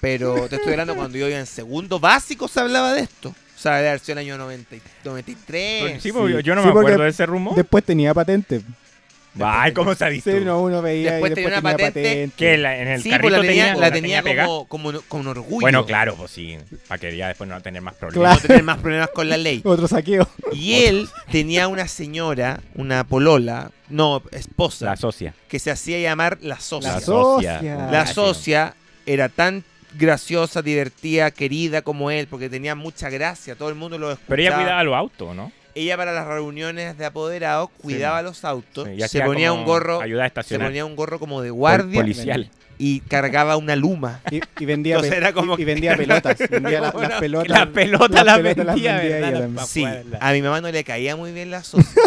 S5: pero te estoy hablando cuando yo iba en segundo básico se hablaba de esto o sea, de versión año 90, y- 93.
S4: pues, Sí, porque
S6: Sí.
S4: yo no
S6: Sí,
S4: me
S6: porque
S4: acuerdo de ese rumor.
S6: Después tenía patente.
S4: Ay, ¿cómo sabes
S6: Sí, no, uno veía
S5: Después
S6: y después
S5: tenía
S6: tenía,
S5: una patente.
S6: patente.
S4: Que la- en el
S5: sí, pues
S4: carrito
S5: la tenía, la tenía
S4: pegada.
S5: como, como- con orgullo.
S4: Bueno, claro, pues sí, para que ya después no tener más problemas.
S5: No tener más problemas con la ley.
S6: Otro saqueo.
S4: *laughs*
S5: Y él tenía una señora, una polola, no, esposa,
S4: La socia.
S5: que se hacía llamar la socia.
S6: La
S5: La,
S6: so- socia.
S4: La
S6: Ah,
S5: socia era tan graciosa, divertida, querida como él, porque tenía mucha gracia, todo el mundo lo escuchaba.
S4: Pero ella cuidaba los autos, ¿no?
S5: Ella para las reuniones de apoderados cuidaba los autos,
S4: Sí, y
S5: se
S4: hacía
S5: ponía
S4: como
S5: un gorro,
S4: Ayuda a
S5: se
S4: estacionar.
S5: ponía un gorro como de
S4: Pol-
S5: guardia
S6: *laughs*
S4: policial.
S5: y cargaba una luma.
S6: Y, y vendía,
S5: Entonces
S6: pe-
S5: era como
S6: y, y
S5: *laughs*
S6: vendía pelotas. Vendía la- las pelotas.
S4: Las pelotas las
S6: pelotas las
S4: vendía,
S6: vendía
S4: ¿verdad?
S6: ella
S4: Las
S6: también.
S4: pa-
S5: Sí,
S4: jugarla.
S5: a mi mamá no le caía muy bien la socia.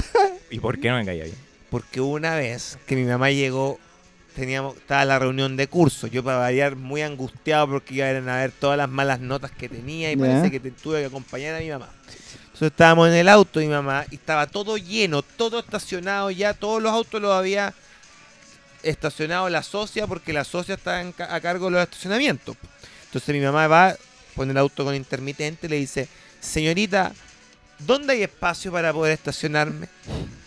S4: ¿Y por qué no me
S5: *laughs*
S4: caía bien?
S5: Porque hubo una vez que mi mamá llegó, teníamos, estaba la reunión de curso, yo para variar muy angustiado porque iban a ver todas las malas notas que tenía y
S6: Ya.
S5: parece que te- tuve que acompañar a mi mamá. Entonces estábamos en el auto, mi mamá, y estaba todo lleno, todo estacionado ya, todos los autos los había estacionado la socia porque la socia estaba en ca- a cargo de los estacionamientos. Entonces mi mamá va, pone el auto con intermitente y le dice, señorita, ¿dónde hay espacio para poder estacionarme?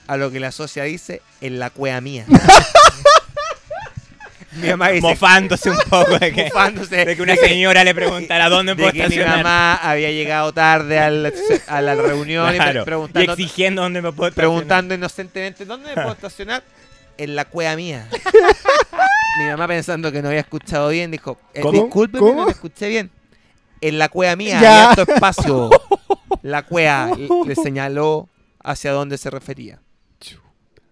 S5: A lo que la socia dice, en la cueva
S4: *laughs*
S5: mía. mi mamá dice,
S4: Mofándose un poco de que,
S5: mofándose
S4: de que una señora le preguntara dónde puedo
S5: de que mi
S4: estacionar.
S5: mamá había llegado tarde a la, a la reunión y pre-
S4: Claro. Y
S5: preguntando,
S4: exigiendo dónde me puedo estacionar.
S5: preguntando inocentemente, ¿dónde
S6: *laughs*
S5: me puedo estacionar? En la cueva mía. mi mamá pensando que no había escuchado bien, dijo, eh,
S6: ¿Cómo?
S5: discúlpeme,
S6: ¿Cómo?
S5: no te escuché bien. En la cueva mía,
S6: Ya.
S5: había harto
S6: *laughs*
S5: espacio. La cueva le- le señaló hacia dónde se refería.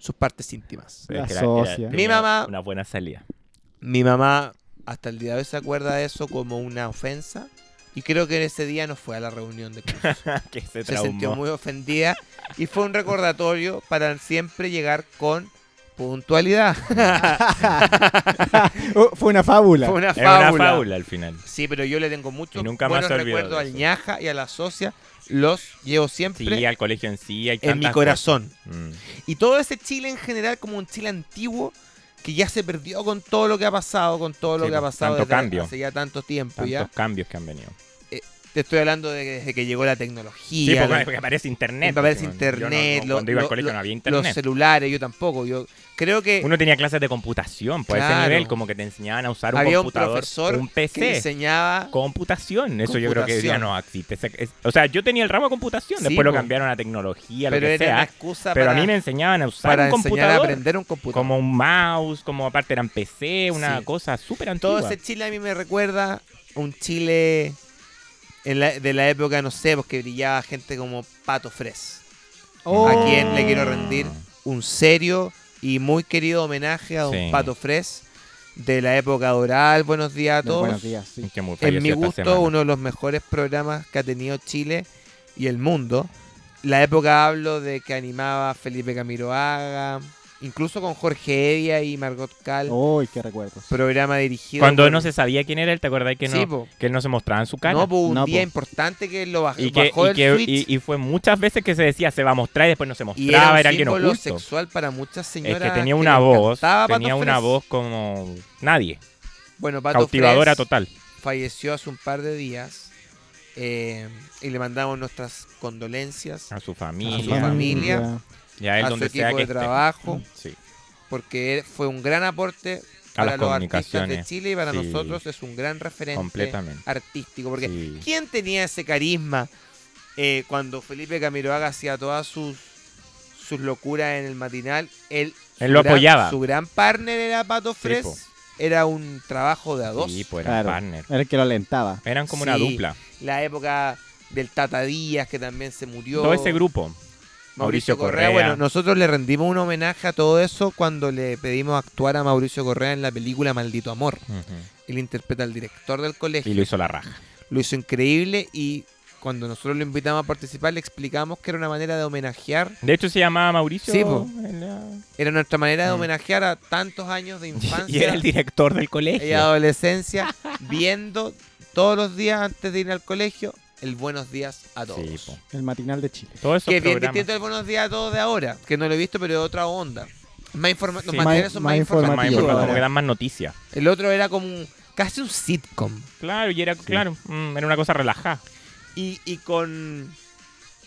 S5: Sus partes íntimas.
S4: Es que
S6: La
S4: era- era-
S6: socia.
S4: tenía
S5: Mi mamá-
S4: Una buena salida. *laughs*
S5: Mi mamá hasta el día de hoy se acuerda de eso como una ofensa. Y creo que ese día no fue a la reunión de curso.
S4: que se
S5: Se
S4: traumó.
S5: sintió muy ofendida. Y fue un recordatorio para siempre llegar con puntualidad. *laughs*
S6: Oh, fue una fábula.
S5: fue una
S4: Es una
S5: fábula.
S4: fábula al final.
S5: Sí, pero yo le tengo muchos
S4: Y nunca más
S5: buenos
S4: se olvidó
S5: recuerdos
S4: de
S5: al
S4: eso.
S5: ñaja y a la socia. Los llevo siempre
S4: Sí, al colegio en sí. Hay
S5: en
S4: tantas
S5: mi corazón.
S4: cosas. Mm.
S5: Y todo ese Chile en general, como un Chile antiguo, que ya se perdió con todo lo que ha pasado, con todo lo
S4: Sí,
S5: que ha
S4: pues,
S5: pasado
S4: tanto
S5: desde
S4: cambio.
S5: hace ya tanto tiempo.
S4: Tantos
S5: ya
S4: cambios que han venido.
S5: Te estoy hablando de que desde que llegó la
S4: Sí,
S5: tecnología,
S4: porque,
S5: los-
S4: porque aparece internet.
S5: Porque
S4: pues,
S5: aparece
S4: yo no-
S5: internet,
S4: no- cuando iba
S5: lo-
S4: al colegio
S5: lo-
S4: no había
S5: los
S4: internet.
S5: celulares, yo tampoco. Yo creo que
S4: Uno tenía clases de computación, pues a
S5: Eh, Claro.
S4: ese nivel como que te enseñaban a usar un
S5: había un
S4: computador,
S5: profesor
S4: un
S5: que
S4: PC,
S5: enseñaba
S4: computación. Eso yo creo que hoy día
S5: Computación.
S4: no existe. Ese- es- o sea, yo tenía el ramo de computación,
S5: Sí,
S4: después lo
S5: po.
S4: cambiaron a tecnología, lo
S5: pero
S4: que
S5: era una
S4: sea.
S5: excusa
S4: Pero a
S5: para,
S4: mí me enseñaban a usar
S5: para
S4: un
S5: enseñar a
S4: computador,
S5: aprender un computador.
S4: como un mouse, como aparte eran PC, una
S5: Sí.
S4: cosa súper
S5: Todo
S4: antigua.
S5: ese Chile a mí me recuerda un Chile en la- de la época, no sé, porque brillaba gente como Pato Fres.
S6: Oh.
S5: A quien le quiero rendir un serio y muy querido homenaje a don
S4: Sí.
S5: Pato Fres de la época doral. Buenos días a
S6: No,
S5: todos.
S6: buenos días, sí.
S4: Que mu-
S5: en
S4: falleció
S5: mi
S4: esta
S5: gusto,
S4: semana.
S5: uno de los mejores programas que ha tenido Chile y el mundo. La época hablo de que animaba a Felipe Camiroaga, incluso con Jorge Evia y Margot Cal.
S6: Uy, qué recuerdos.
S5: Programa dirigido.
S4: Cuando
S5: por-
S4: no se sabía quién era él, ¿te acordás que no,
S5: Sí, po.
S4: que él no se mostraba en su cara?
S5: No, pues un
S6: No,
S5: día
S6: po.
S5: importante que él lo baj-
S4: y, que,
S5: bajó
S4: y
S5: del
S4: que-
S5: Switch.
S4: y- y fue muchas veces que se decía se va a mostrar y después no se
S5: Y
S4: mostraba, era,
S5: un
S4: alguien
S5: símbolo
S4: oculto.
S5: sexual para muchas
S4: Es
S5: señoras.
S4: que tenía
S5: que
S4: una
S5: le
S4: voz,
S5: encantaba Pato
S4: tenía una
S5: Fres.
S4: voz como nadie,
S5: Bueno, Pato
S4: cautivadora
S5: Fres
S4: total.
S5: falleció hace un par de días eh, y le mandamos nuestras condolencias
S4: A su
S5: a
S4: familia,
S5: su familia,
S4: y a él
S5: a su
S4: donde sea
S5: equipo
S4: que
S5: de
S4: esté.
S5: trabajo.
S4: Sí.
S5: porque él fue un gran aporte
S4: A
S5: para
S4: las
S5: los artistas de
S4: comunicaciones.
S5: Chile y para
S4: Sí.
S5: nosotros es un gran referente
S4: Completamente.
S5: artístico. Porque
S4: Sí.
S5: ¿quién tenía ese carisma eh, cuando Felipe Camiroaga hacía todas sus sus locuras en el matinal? Él,
S4: Él
S5: su
S4: lo
S5: gran-
S4: apoyaba.
S5: Su gran partner era Pato Fres.
S4: po.
S5: era un trabajo de a dos.
S4: Sí, pues eran
S6: Claro,
S4: partner.
S6: era el que lo alentaba.
S4: Eran como una
S5: Sí.
S4: dupla.
S5: La época del Tata Díaz, que también se murió.
S4: Todo ese grupo.
S5: Mauricio
S4: Mauricio
S5: Correa.
S4: Correa.
S5: Bueno, nosotros le rendimos un homenaje a todo eso cuando le pedimos actuar a Mauricio Correa en la película Maldito Amor.
S4: Ujú.
S5: Él interpreta al director del colegio.
S4: Y lo hizo la raja.
S5: Lo hizo increíble y cuando nosotros lo invitamos a participar le explicamos que era una manera de homenajear,
S4: De hecho, se llamaba Mauricio.
S5: Sí, po.
S4: en la-
S5: era nuestra manera de
S4: Mm.
S5: homenajear a tantos años de
S4: *laughs* Y era
S5: infancia
S4: el director del
S5: y
S4: colegio.
S5: adolescencia, viendo todos los días antes de ir al colegio el buenos días a todos.
S4: Sí, po.
S6: El matinal de Chile.
S4: Todo eso
S5: que es bien distinto al buenos días a todos de ahora, que no lo he visto, pero de otra onda. Más informa- los
S4: Sí.
S5: materiales
S6: Más-
S5: son
S6: más
S5: más informativos.
S4: más
S6: informativo
S4: importante,
S6: ahora.
S4: como que dan más noticias.
S5: El otro era como un- casi un sitcom.
S4: Claro, y era, claro, mm, era una cosa relajada.
S5: y, y con.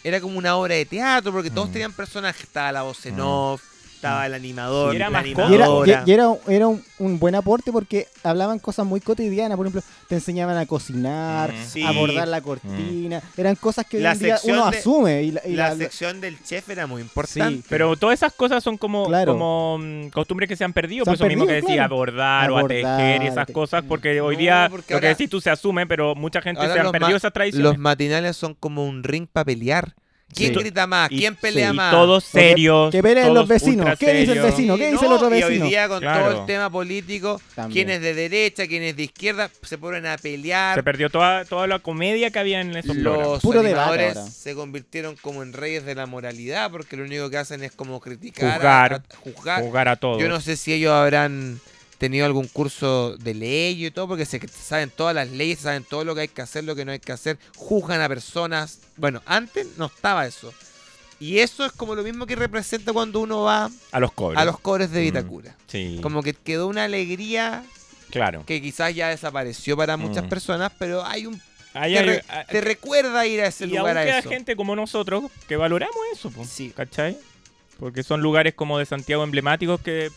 S5: Era como una obra de teatro, porque todos
S4: Mm.
S5: tenían personajes. Estaba la voz en
S4: Mm.
S5: off, estaba el animador,
S4: Y era
S5: la
S4: más
S6: Y era,
S5: animadora.
S6: y- y era, un- era un, un buen aporte porque hablaban cosas muy cotidianas. Por ejemplo, te enseñaban a cocinar,
S4: Mm.
S5: Sí.
S6: a bordar la cortina. Eran cosas que hoy
S5: La
S6: en día
S5: sección
S6: uno
S5: de-
S6: asume. Y la, y
S5: la,
S6: la-
S5: sección del chef era muy importante.
S6: Sí.
S4: Pero todas esas cosas son como,
S6: Claro.
S4: como mm, costumbres que se han perdido.
S6: Se
S4: Por
S6: han
S4: eso mismo que
S6: perdido,
S4: decía,
S6: claro.
S4: abordar, o a
S6: Abordar,
S4: tejer y esas
S6: te- Mm.
S4: cosas, porque hoy
S5: No,
S4: día
S5: porque
S4: lo que
S5: ahora-
S4: decís tú se asume, pero mucha gente
S5: Ahora
S4: se han
S5: los
S4: perdido
S5: ma-
S4: esas
S5: Los
S4: tradiciones.
S5: matinales son como un ring para pelear. ¿Quién
S4: Sí.
S5: grita más?
S4: Y-
S5: ¿Quién pelea
S4: y
S5: más?
S4: todos
S6: Porque-
S4: serios.
S6: que peleen los
S4: todos
S6: vecinos.
S4: ultra
S6: ¿Qué dice el
S4: serios.
S5: Sí,
S6: vecino? ¿qué dice el otro
S5: y
S6: vecino?
S5: hoy día con todo
S4: Claro.
S5: el tema político,
S6: También.
S5: quién es de derecha, quién es de izquierda, se ponen a pelear.
S4: Se perdió toda, toda la comedia que había en esos
S5: los
S4: programas.
S6: Puro debate
S5: animadores
S6: ahora.
S5: se convirtieron como en reyes de la moralidad porque lo único que hacen es como criticar,
S4: Juzgar.
S5: a- a- juzgar.
S4: Jugar a todos.
S5: Yo no sé si ellos habrán tenido algún curso de ley y todo porque se saben todas las leyes, saben todo lo que hay que hacer, lo que no hay que hacer, juzgan a personas. Bueno, antes no estaba eso. Y eso es como lo mismo que representa cuando uno va
S4: A los cobres.
S5: a los cobres de
S4: Mm.
S5: Vitacura.
S4: Sí,
S5: Como que quedó una alegría
S4: claro.
S5: que quizás ya desapareció para muchas
S4: Mm.
S5: personas, pero hay un
S4: Ahí
S5: te,
S4: hay-
S5: re-
S4: a-
S5: te recuerda ir a ese
S4: y aún
S5: lugar a
S4: queda
S5: eso.
S4: gente como nosotros que valoramos eso, po,
S5: Sí.
S4: ¿cachai? Porque son lugares como de Santiago emblemáticos que...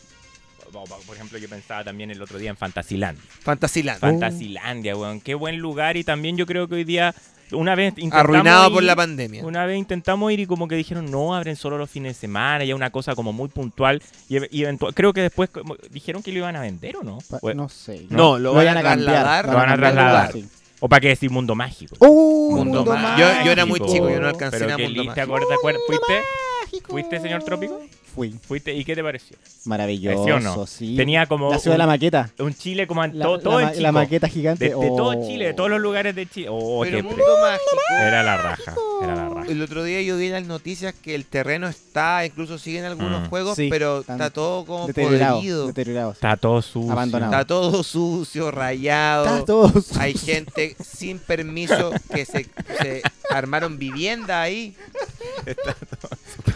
S4: Por ejemplo, yo pensaba también el otro día en Fantasilandia.
S5: Oh. Fantasiland.
S4: Fantasilandia, weón. Qué buen lugar. Y también yo creo que hoy día, una vez intentamos.
S5: Arruinado por
S4: ir-
S5: la pandemia.
S4: Una vez intentamos ir y como que dijeron, no, abren solo los fines de semana, ya una cosa como muy puntual. Y, ev- y eventu- creo que después como- dijeron que lo iban a vender o no.
S6: Pa-
S4: O,
S6: No sé.
S4: No,
S5: lo van a trasladar,
S4: lo van a
S6: cambiar de lugar,
S4: trasladar.
S6: sí.
S4: o para qué decir mundo mágico.
S6: ¡Uh!
S5: Mundo
S6: Mundo
S5: Más.
S6: Más.
S5: Yo- yo era muy chico, yo no alcancé
S4: Pero
S5: a
S4: qué
S5: Mundo
S4: lindo, ¿te
S5: Mágico.
S4: acuerdas? te acuerdas? ¿Fuiste?
S6: Mágico.
S4: ¿Fuiste, señor Trópico?
S6: Fui.
S4: ¿Fuiste? ¿Y qué te pareció?
S6: Maravilloso.
S4: ¿Sí o no?
S6: sí.
S4: Tenía como
S6: la ciudad de la
S4: un-
S6: maqueta.
S4: Un Chile como an-
S6: La,
S4: todo,
S6: la
S4: todo en
S6: ma-
S4: Chico.
S6: la maqueta
S4: De,
S6: gigante.
S4: de todo
S6: Oh.
S4: Chile, de todos los lugares de Chile. Oh,
S5: Pero
S4: qué
S5: mundo
S4: pre-
S5: mágico.
S4: Era la raja, era la raja.
S5: El otro día yo vi en las noticias que el terreno está, incluso siguen algunos
S4: Mm.
S5: juegos,
S6: Sí,
S5: pero
S6: están
S5: está todo como
S6: Deteriorado.
S5: podrido.
S6: Deteriorado. sí.
S4: Está todo sucio.
S6: Abandonado.
S5: Está todo sucio, rayado.
S6: Está todo sucio.
S5: Hay gente sin permiso que se, se armaron vivienda ahí.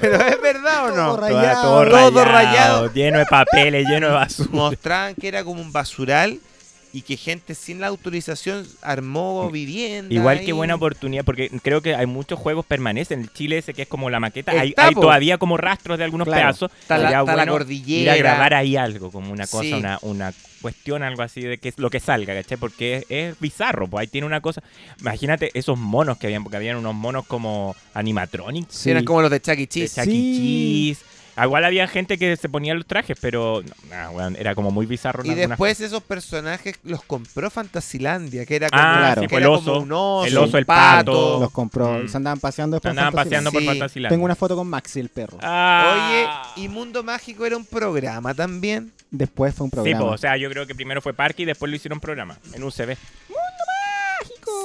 S5: Pero es verdad o
S6: Todo
S5: no?
S4: Toda-
S6: rayado.
S4: todo, rayado,
S5: Todo rayado.
S4: lleno de papeles, lleno de basura.
S5: Mostraban que era como un basural y que gente sin la autorización armó vivienda.
S4: Igual que
S5: ahí.
S4: buena oportunidad, porque creo que hay muchos juegos permanecen. El Chile ese que es como la maqueta, hay,
S5: Está,
S4: hay
S5: po.
S4: todavía como rastros de algunos
S6: Claro.
S4: pedazos.
S5: Está la-
S4: Sería
S5: está la
S4: Ir
S5: cordillera.
S4: a grabar ahí algo, como una cosa,
S5: Sí.
S4: una, una cuestión, algo así, de que es lo que salga, ¿cachai? Porque es, es bizarro, pues ahí tiene una cosa. Imagínate esos monos que habían, porque habían unos monos como animatronics.
S6: Sí.
S5: Eran como los de Chuck E.
S4: de
S5: Cheese.
S4: Chuck E.
S6: Eh, Sí.
S4: Cheese. Ah, Igual había gente que se ponía los trajes, pero no, nah, weón, era como muy bizarro. en
S5: Y
S4: algunas
S5: después esos personajes los compró Fantasilandia, que era como,
S4: Ah,
S6: claro.
S4: sí,
S5: que
S4: pues,
S5: era
S4: el
S5: como
S4: oso,
S5: un oso,
S4: el oso,
S5: un
S4: el pato.
S6: Los compró.
S4: Mm.
S6: Se andaban paseando después.
S4: Andaban
S6: Fantasyland.
S4: paseando por
S5: Sí.
S4: Fantasyland.
S6: Tengo una foto con Maxi, el perro.
S5: Oye,
S4: Ah.
S5: y Mundo Mágico era un programa también.
S6: Después fue un
S4: Sí, po,
S6: programa.
S4: o sea, yo creo que primero fue parque y después lo hicieron programa en UCB.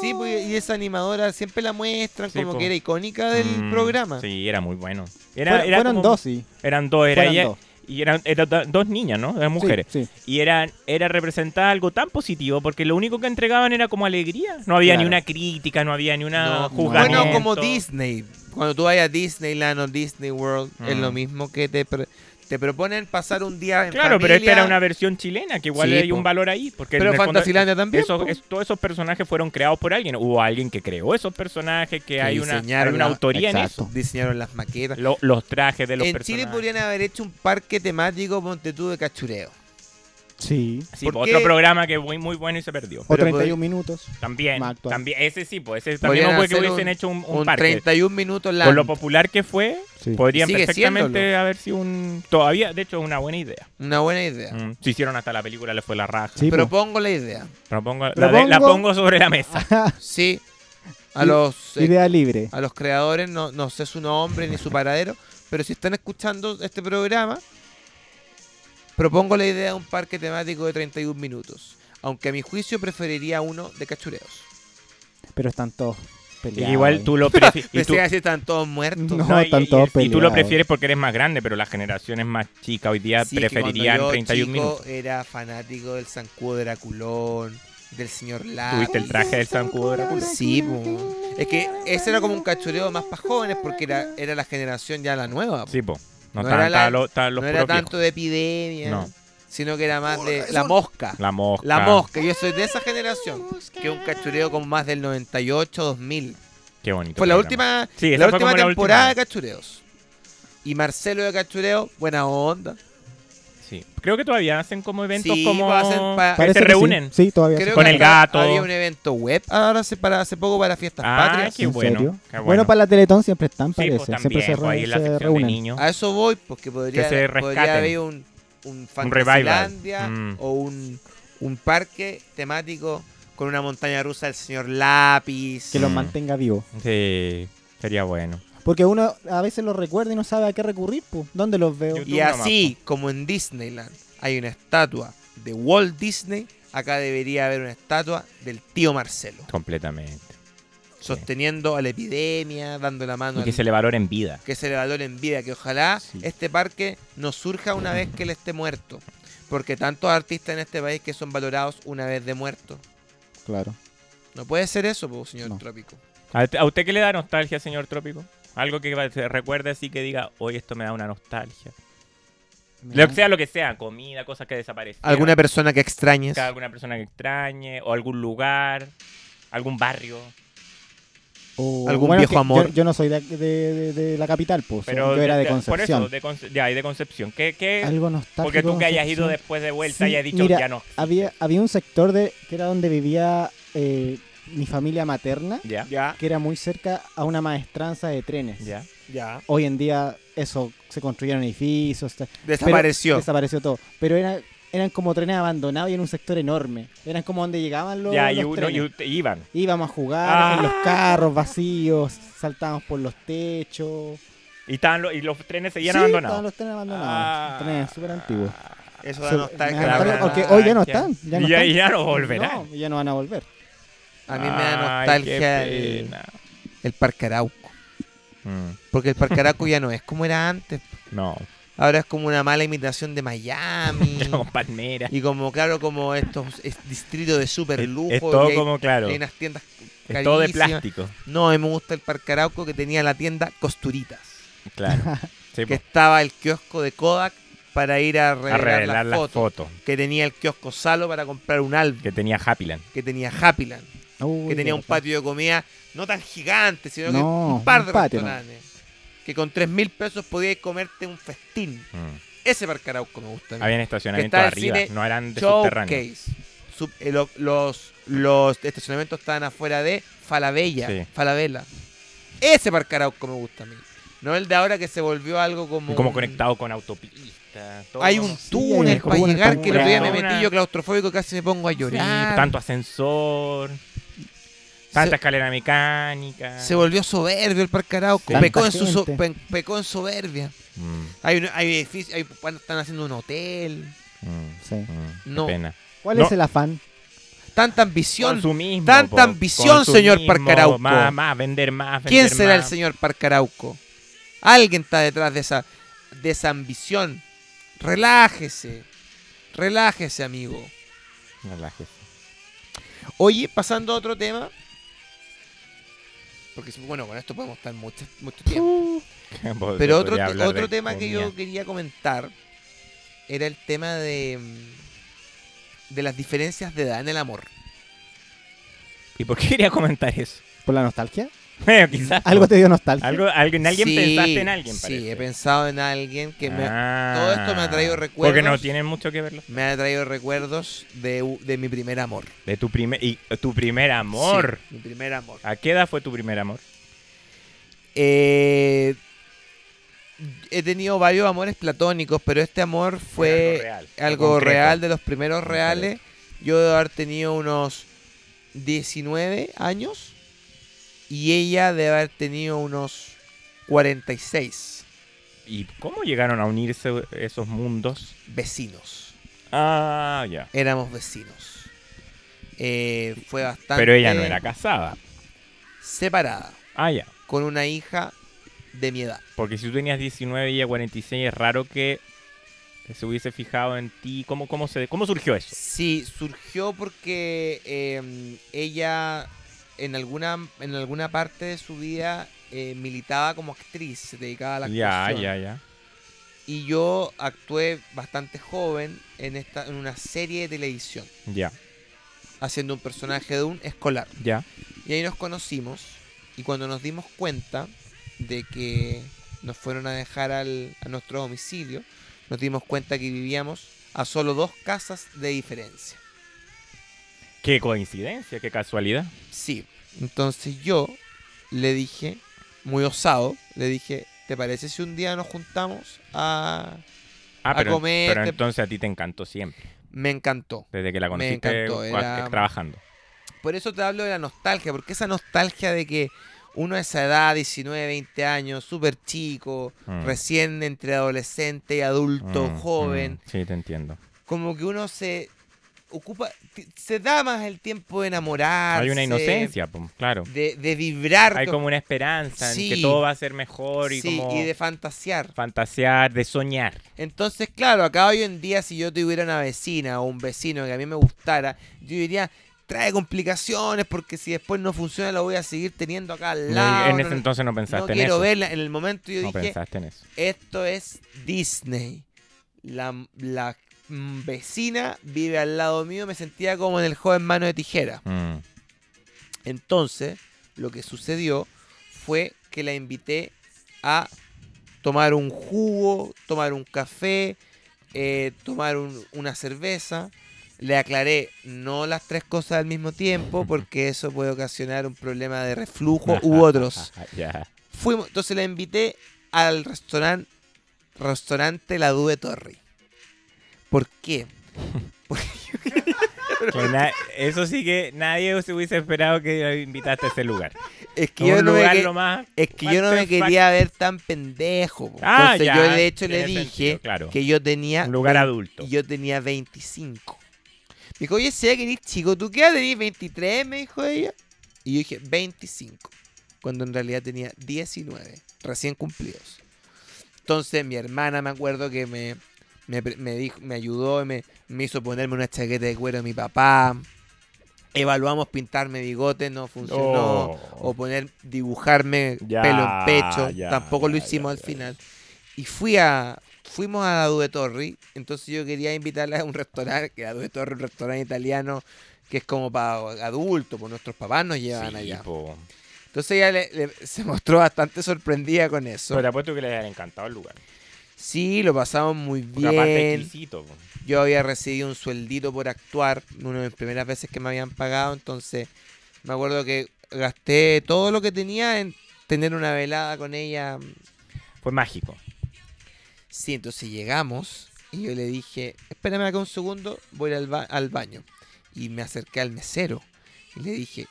S5: Sí, pues, y esa animadora siempre la muestran
S4: Sí,
S5: como
S4: po.
S5: que era icónica del
S4: Mm,
S5: programa.
S4: Sí, era muy bueno. Era-
S6: Fueron-
S4: era
S6: fueron
S4: como-
S6: dos, sí.
S4: Eran dos, era
S6: Fueron
S4: ella-
S6: dos.
S4: y eran, eran do- dos niñas, ¿no? Eran mujeres.
S6: Sí, sí.
S4: Y eran, era representada algo tan positivo porque lo único que entregaban era como alegría. No había ni
S6: Claro.
S4: una crítica, no había ni
S5: No,
S4: una
S6: no.
S4: Ah, juzgamiento.
S5: bueno, como Disney. Cuando tú vayas a Disneyland o Disney World, es
S4: Mm.
S5: lo mismo que te, pre- te proponen pasar un día en
S4: Claro, pero esta
S5: familia.
S4: era una versión chilena, que igual
S5: Sí,
S4: hay
S5: po.
S4: un valor ahí. Porque
S5: Pero
S4: en el fondo
S5: Fantasilandia también,
S4: esos-
S5: po.
S4: es- todos esos personajes fueron creados por alguien. Hubo alguien que creó esos personajes, que hay una, hay
S5: diseñaron
S4: una
S5: la-
S4: autoría
S6: Exacto.
S5: Diseñaron las maquetas.
S4: en eso. Lo- los trajes de los
S5: en
S4: personajes.
S5: Chile podrían haber hecho un parque temático, ponte tú, de cachureo.
S6: Sí.
S4: Sí,
S5: ¿Por
S4: po,
S5: qué?
S4: otro programa que muy, muy bueno y se perdió.
S6: O
S5: Pero podría-
S6: 31 minutos.
S4: También,
S6: Más actual.
S4: también, ese sí, pues ese
S5: Podrían
S4: también fue que
S5: hacer
S4: hubiesen
S5: un-
S4: hecho un, un
S5: Un
S4: parque.
S5: 31 minutos la
S4: Con lo popular que fue,
S6: Sí.
S4: podrían
S5: Y sigue
S4: perfectamente
S5: siéndolo.
S4: haber sido un... Todavía, de hecho, es una buena idea.
S5: Una buena idea.
S4: Mm, Se hicieron hasta la película, le fue la raja.
S6: Sí, po.
S5: Propongo la
S6: *laughs*
S5: idea.
S4: Propongo- la,
S6: Propongo-
S4: de- la pongo sobre
S5: *laughs*
S4: la mesa.
S5: Sí, a
S6: I-
S5: los, eh,
S6: Idea libre.
S5: a los creadores, no, no sé su nombre ni su paradero, pero si están escuchando este programa, propongo la idea de un parque temático de 31 minutos. Aunque a mi juicio preferiría uno de cachureos.
S6: Pero están todos peleados.
S4: Igual
S6: ahí.
S4: tú lo
S5: *laughs*
S4: prefieres.
S5: Pensé que así están todos muertos.
S6: No, están
S4: y,
S6: todos
S4: y- y tú lo
S6: peleados.
S4: prefieres porque eres más grande, pero las generaciones más chicas hoy día
S5: Sí, que cuando
S4: preferirían
S5: yo,
S4: 31
S5: chico,
S4: minutos.
S5: Era fanático del Zancudo de Draculón, del señor Lago.
S4: Tuviste el traje del San Cubo Drácula.
S5: Sí, po. es que ese era como un cachureo más para jóvenes porque era, era la generación ya la nueva. po.
S4: Sí, po. No,
S5: No
S4: estaban-
S5: era la-
S4: estaban los, estaban los
S5: no
S4: puros
S5: era tanto de epidemia,
S4: No.
S5: sino que era más de la mosca.
S4: viejos. La mosca.
S5: La mosca, yo soy de esa generación, que es un cachureo como más del 98, 2000.
S4: Qué bonito.
S5: Fue la
S4: programa.
S5: última,
S4: Sí, esa
S5: la
S4: fue
S5: última
S4: como la
S5: temporada
S4: última.
S5: de cachureos. Y Marcelo de cachureo, buena onda.
S4: Sí. Creo que todavía hacen como eventos
S5: Sí,
S4: como.
S5: pues hacen pa-
S4: que se
S6: Parece que sí.
S4: reúnen.
S6: Sí, todavía.
S5: Creo
S6: sí.
S4: Con
S5: que
S4: el
S5: acá
S4: gato.
S5: Había un evento web ahora hace, para, hace poco para Fiestas
S4: Ah,
S5: Patrias.
S4: qué
S6: ¿En
S4: bueno,
S6: serio?
S4: qué bueno.
S6: para la Teletón siempre están,
S4: Sí,
S6: parece.
S4: pues también.
S6: siempre se,
S4: pues, ahí
S6: reúnen-
S4: en la
S6: se
S4: sección de
S6: reúnen.
S4: niños.
S5: A eso voy, porque podría, podría
S4: se rescaten.
S5: haber un, un
S4: revival.
S5: Fantasylandia
S4: Mm.
S5: o un, un parque temático con una montaña rusa del señor Lápiz.
S6: Que los
S4: Mm.
S6: mantenga vivos.
S4: Sí, sería bueno.
S6: Porque uno a veces los recuerda y no sabe a qué recurrir, pues. ¿Dónde los veo?
S4: YouTube
S5: Y
S4: nomás,
S5: así como en Disneyland hay una estatua de Walt Disney, acá debería haber una estatua del tío Marcelo,
S4: Completamente.
S5: sosteniendo a la epidemia, dando la mano
S4: Y que
S5: al-
S4: se le valore en vida.
S5: que se le valore en vida, que ojalá
S4: Sí.
S5: este parque no surja una vez que él esté muerto. Porque tantos artistas en este país que son valorados una vez de muerto.
S6: Claro.
S5: No puede ser eso, po, señor
S6: No.
S5: Trópico.
S4: ¿A a usted qué le da nostalgia, señor Trópico? Algo que va- se recuerde así que diga, hoy esto me da una nostalgia. Lo que sea lo que sea, comida, cosas que desaparecieron.
S5: ¿Alguna persona que extrañes?
S4: Cada- alguna persona que extrañe, o algún lugar, algún barrio.
S6: O-
S5: algún
S6: es
S5: viejo
S6: que
S5: amor.
S6: Yo, yo no soy de, de- de- de la capital, pues.
S4: Pero
S6: yo era de
S4: Por
S6: Concepción.
S4: eso, de Conce- ya, y de Concepción. ¿Qué, qué?
S6: Algo nostálgico.
S4: Porque tú que hayas ido
S6: Concepción.
S4: después de vuelta
S6: Sí,
S4: y hayas dicho,
S6: mira,
S4: ya no.
S6: Había, había un sector de que era donde vivía eh, mi familia materna,
S4: Ya,
S5: Ya,
S6: que era muy cerca a una maestranza de trenes.
S4: ya.
S5: ya.
S6: Hoy en día eso se construyeron edificios, está- pero-
S5: Desapareció.
S6: desapareció todo. Pero era, eran como trenes abandonados y en un sector enorme. Eran como donde llegaban los,
S4: ya, y
S6: los
S4: uno,
S6: trenes.
S4: y ut- iban.
S6: Íbamos a jugar
S4: Ah.
S6: en los carros vacíos, saltábamos por los techos.
S4: Y, estaban los- y los trenes seguían
S6: Sí,
S4: abandonados.
S6: Estaban los trenes abandonados.
S4: Ah.
S6: Trenes súper antiguos.
S5: Eso
S6: Sí,
S5: da nostalgia.
S6: me da
S5: la
S6: nostalgia
S5: verdad.
S6: porque hoy ya no están. Ya no
S4: y, Ah, ya,
S6: están.
S4: y ya no volverán.
S6: No, ya no van a volver.
S5: A mí me da
S4: Ay, qué
S5: nostalgia el,
S4: pena.
S5: el Parque Arauco.
S4: Mm,
S5: Porque el Parque Arauco ya no es como era antes.
S4: No,
S5: Ahora es como una mala imitación de
S4: *laughs*
S5: Miami.
S4: con palmeras.
S5: y como, claro, como estos es distrito de super
S4: Es,
S5: lujo.
S4: es todo
S5: y hay-
S4: como, claro,
S5: hay unas tiendas
S4: es todo de
S5: carísimas.
S4: plástico.
S5: No, a mí me gusta el Parque Arauco que tenía la tienda Costuritas.
S4: Claro. *laughs* Sí,
S5: Que
S4: po.
S5: estaba el kiosco de Kodak para ir a
S4: a
S5: revelar, las
S4: revelar las
S5: fotos.
S4: fotos
S5: Que tenía el kiosco Salo para comprar un álbum.
S4: que tenía Happyland.
S5: Que tenía Happyland.
S6: Uy,
S5: Que tenía
S6: de
S5: un
S6: verdad.
S5: patio de comida no tan gigante, sino que
S6: No,
S5: un par de
S6: un patio, ¿no?
S5: restaurantes. Que con 3 mil pesos podías comerte un festín.
S4: Mm.
S5: Ese Parque Arauco me gusta. a mí.
S4: Habían estacionamiento
S5: Que está el
S4: arriba,
S5: cine
S4: no eran de subterráneo.
S5: Showcase. Sub- eh, lo- los, los estacionamientos estaban afuera de Falabella.
S4: Sí.
S5: Falabella. Ese Parque Arauco me gusta a mí. No el de ahora que se volvió algo como.
S4: Y como
S5: un-
S4: conectado con autopista. todo
S5: Hay
S4: como-
S5: un
S6: Sí,
S5: túnel
S6: es como
S5: para
S6: una
S5: llegar que el otro día me
S4: estructura.
S5: metí yo claustrofóbico casi me pongo a
S4: Sí,
S5: llorar.
S4: tanto ascensor, tanta
S5: se,
S4: escalera mecánica.
S5: se volvió soberbio el Parque Arauco.
S6: Tanta
S5: Pecó en, su so-
S6: gente.
S5: pe- pecó en soberbia.
S4: Mm,
S5: Hay, un- hay edificios, hay- están haciendo un hotel.
S4: mm,
S6: Sí.
S4: mm, qué
S5: No.
S4: pena.
S6: ¿Cuál
S4: No.
S6: es el afán?
S5: Tanta ambición.
S4: Consumismo,
S5: Tanta
S4: po,
S5: ambición, señor
S4: consumismo,
S5: Parcarauco.
S4: Más, más, vender más, vender
S5: ¿Quién será el
S4: más.
S5: señor Parcarauco? Alguien está detrás de esa, de esa ambición. Relájese. Relájese, amigo.
S4: *laughs* Relájese.
S5: Oye, pasando a otro tema. Porque, si- bueno, con esto podemos estar mucho, mucho tiempo. Pero otro,
S4: Pues Podría
S5: te-
S4: hablar
S5: otro
S4: de
S5: tema que yo
S4: comida.
S5: quería comentar era el tema de, mm, de las diferencias de edad en el amor.
S4: ¿Y por qué quería comentar eso? *laughs*
S6: ¿Por la nostalgia?
S4: Bueno, quizás.
S6: *laughs* Algo te dio nostalgia.
S4: Algo, alguien, alguien
S5: Sí,
S4: pensaste en alguien,
S5: Sí, he
S4: parece.
S5: pensado en alguien que me,
S4: Ah.
S5: todo esto me ha traído recuerdos.
S4: Porque no tienen mucho que verlo.
S5: Me ha traído recuerdos de, u- de mi primer amor.
S4: De tu primer, y tu primer amor.
S5: Sí, mi primer amor.
S4: ¿A qué edad fue tu primer amor?
S5: Eh, he tenido varios amores platónicos, pero este amor fue
S4: algo real,
S5: algo
S4: concreto.
S5: real, de los primeros
S4: Concreto.
S5: reales. Yo debo haber tenido unos 19 años y ella debe haber tenido unos 46
S4: ¿Y cómo llegaron a unirse esos mundos?
S5: vecinos.
S4: Ah, ya.
S5: Éramos vecinos. Eh, fue bastante
S4: Pero ella no era casada.
S5: separada
S4: Ah, ya.
S5: con una hija de mi edad.
S4: Porque si tú tenías 19 y ella 46, es raro que se hubiese fijado en ti. ¿Cómo, cómo, se, cómo surgió eso?
S5: Sí, surgió porque eh, ella en alguna, en alguna parte de su vida eh, militaba como actriz, se dedicaba a la
S4: Ya,
S5: actuación.
S4: ya, ya.
S5: Y yo actué bastante joven en, esta, en una serie de televisión,
S4: Ya,
S5: haciendo un personaje de un escolar.
S4: ya.
S5: Y ahí nos conocimos y cuando nos dimos cuenta de que nos fueron a dejar al, a nuestro domicilio, nos dimos cuenta que vivíamos a solo dos casas de diferencia.
S4: Qué coincidencia, qué casualidad.
S5: Sí. Entonces yo le dije, muy osado, le dije, ¿te parece si un día nos juntamos a...
S4: Ah,
S5: A
S4: pero,
S5: comer,
S4: pero
S5: te-
S4: entonces a ti te encantó siempre,
S5: Me encantó.
S4: desde que la
S5: Me
S4: conociste
S5: encantó,
S4: cua-
S5: era-
S4: trabajando.
S5: Por eso te hablo de la nostalgia, porque esa nostalgia de que uno a esa edad, 19, 20 años, súper chico,
S4: Mm.
S5: recién entre adolescente y adulto,
S4: Mm,
S5: joven,
S4: mm, sí, te entiendo.
S5: como que uno se ocupa, ti- se da más el tiempo de enamorarse.
S4: Hay una inocencia, pum, claro.
S5: De, de vibrar
S4: Hay
S5: con-
S4: como una esperanza en
S5: Sí.
S4: que todo va a ser mejor y
S5: sí,
S4: como
S5: y de fantasear.
S4: fantasear, de soñar.
S5: Entonces, claro, acá hoy en día, si yo tuviera una vecina o un vecino que a mí me gustara, yo diría, trae complicaciones porque si después no funciona lo voy a seguir teniendo acá al lado.
S4: en
S5: no-
S4: ese entonces no
S5: no
S4: pensaste en
S5: quiero
S4: eso.
S5: verla. En el momento yo
S4: no
S5: dije,
S4: pensaste en eso.
S5: esto es Disney. La, la, mm, vecina vive al lado mío, me sentía como en el joven mano de tijera.
S4: Mm,
S5: Entonces, lo que sucedió fue que la invité a tomar un jugo, tomar un café, eh, tomar un- una cerveza. Le aclaré no las tres cosas al mismo tiempo porque eso puede ocasionar un problema de reflujo
S4: *laughs*
S5: u otros.
S4: Ah, ya.
S5: Fuimos, entonces la invité al restaurante restaurante La Due Torri. ¿Por qué?
S4: Que na- eso sí que nadie se hubiese esperado que invitaste a
S5: *laughs*
S4: ese lugar.
S5: Es que
S4: un
S5: yo no me
S4: lugar
S5: que- eh,
S4: lo más...
S5: Es que yo no me
S4: What the fuck?
S5: quería ver tan pendejo. po.
S4: Ah,
S5: Entonces
S4: ya,
S5: yo de hecho le
S4: tiene
S5: dije
S4: sentido, claro.
S5: que yo tenía
S4: Un lugar
S5: vein-
S4: adulto.
S5: y yo tenía 25. Me dijo, oye, sea que eres chico, ¿tú qué edad tenés? 23, me dijo ella. Y yo dije, 25. Cuando en realidad tenía 19, recién cumplidos. Entonces mi hermana me acuerdo que me, me, pre- me dijo, me ayudó y me, me hizo ponerme una chaqueta de cuero de mi papá. Evaluamos pintarme bigote, no funcionó.
S4: Oh.
S5: O poner, dibujarme
S4: Ya,
S5: pelo en pecho.
S4: ya,
S5: Tampoco lo
S4: ya,
S5: hicimos
S4: ya,
S5: al
S4: ya.
S5: final. Y fui a. Fuimos a la Due Torri. Entonces yo quería invitarla a un restaurante, que la Due Torri es un restaurante italiano que es como para adultos, pues nuestros papás nos llevan
S4: Sí,
S5: allá.
S4: po.
S5: Entonces ella le- le- se mostró bastante sorprendida con eso.
S4: Pero te apuesto que le había encantado el lugar.
S5: Sí, lo pasamos muy
S4: Porque aparte pues. es
S5: bien.
S4: exquisito. po.
S5: Yo había recibido un sueldito por actuar, una de las primeras veces que me habían pagado, entonces me acuerdo que gasté todo lo que tenía en tener una velada con ella.
S4: Fue mágico.
S5: Sí, entonces llegamos y yo le dije, espérame acá un segundo, voy al, ba- al baño. Y me acerqué al mesero y le dije,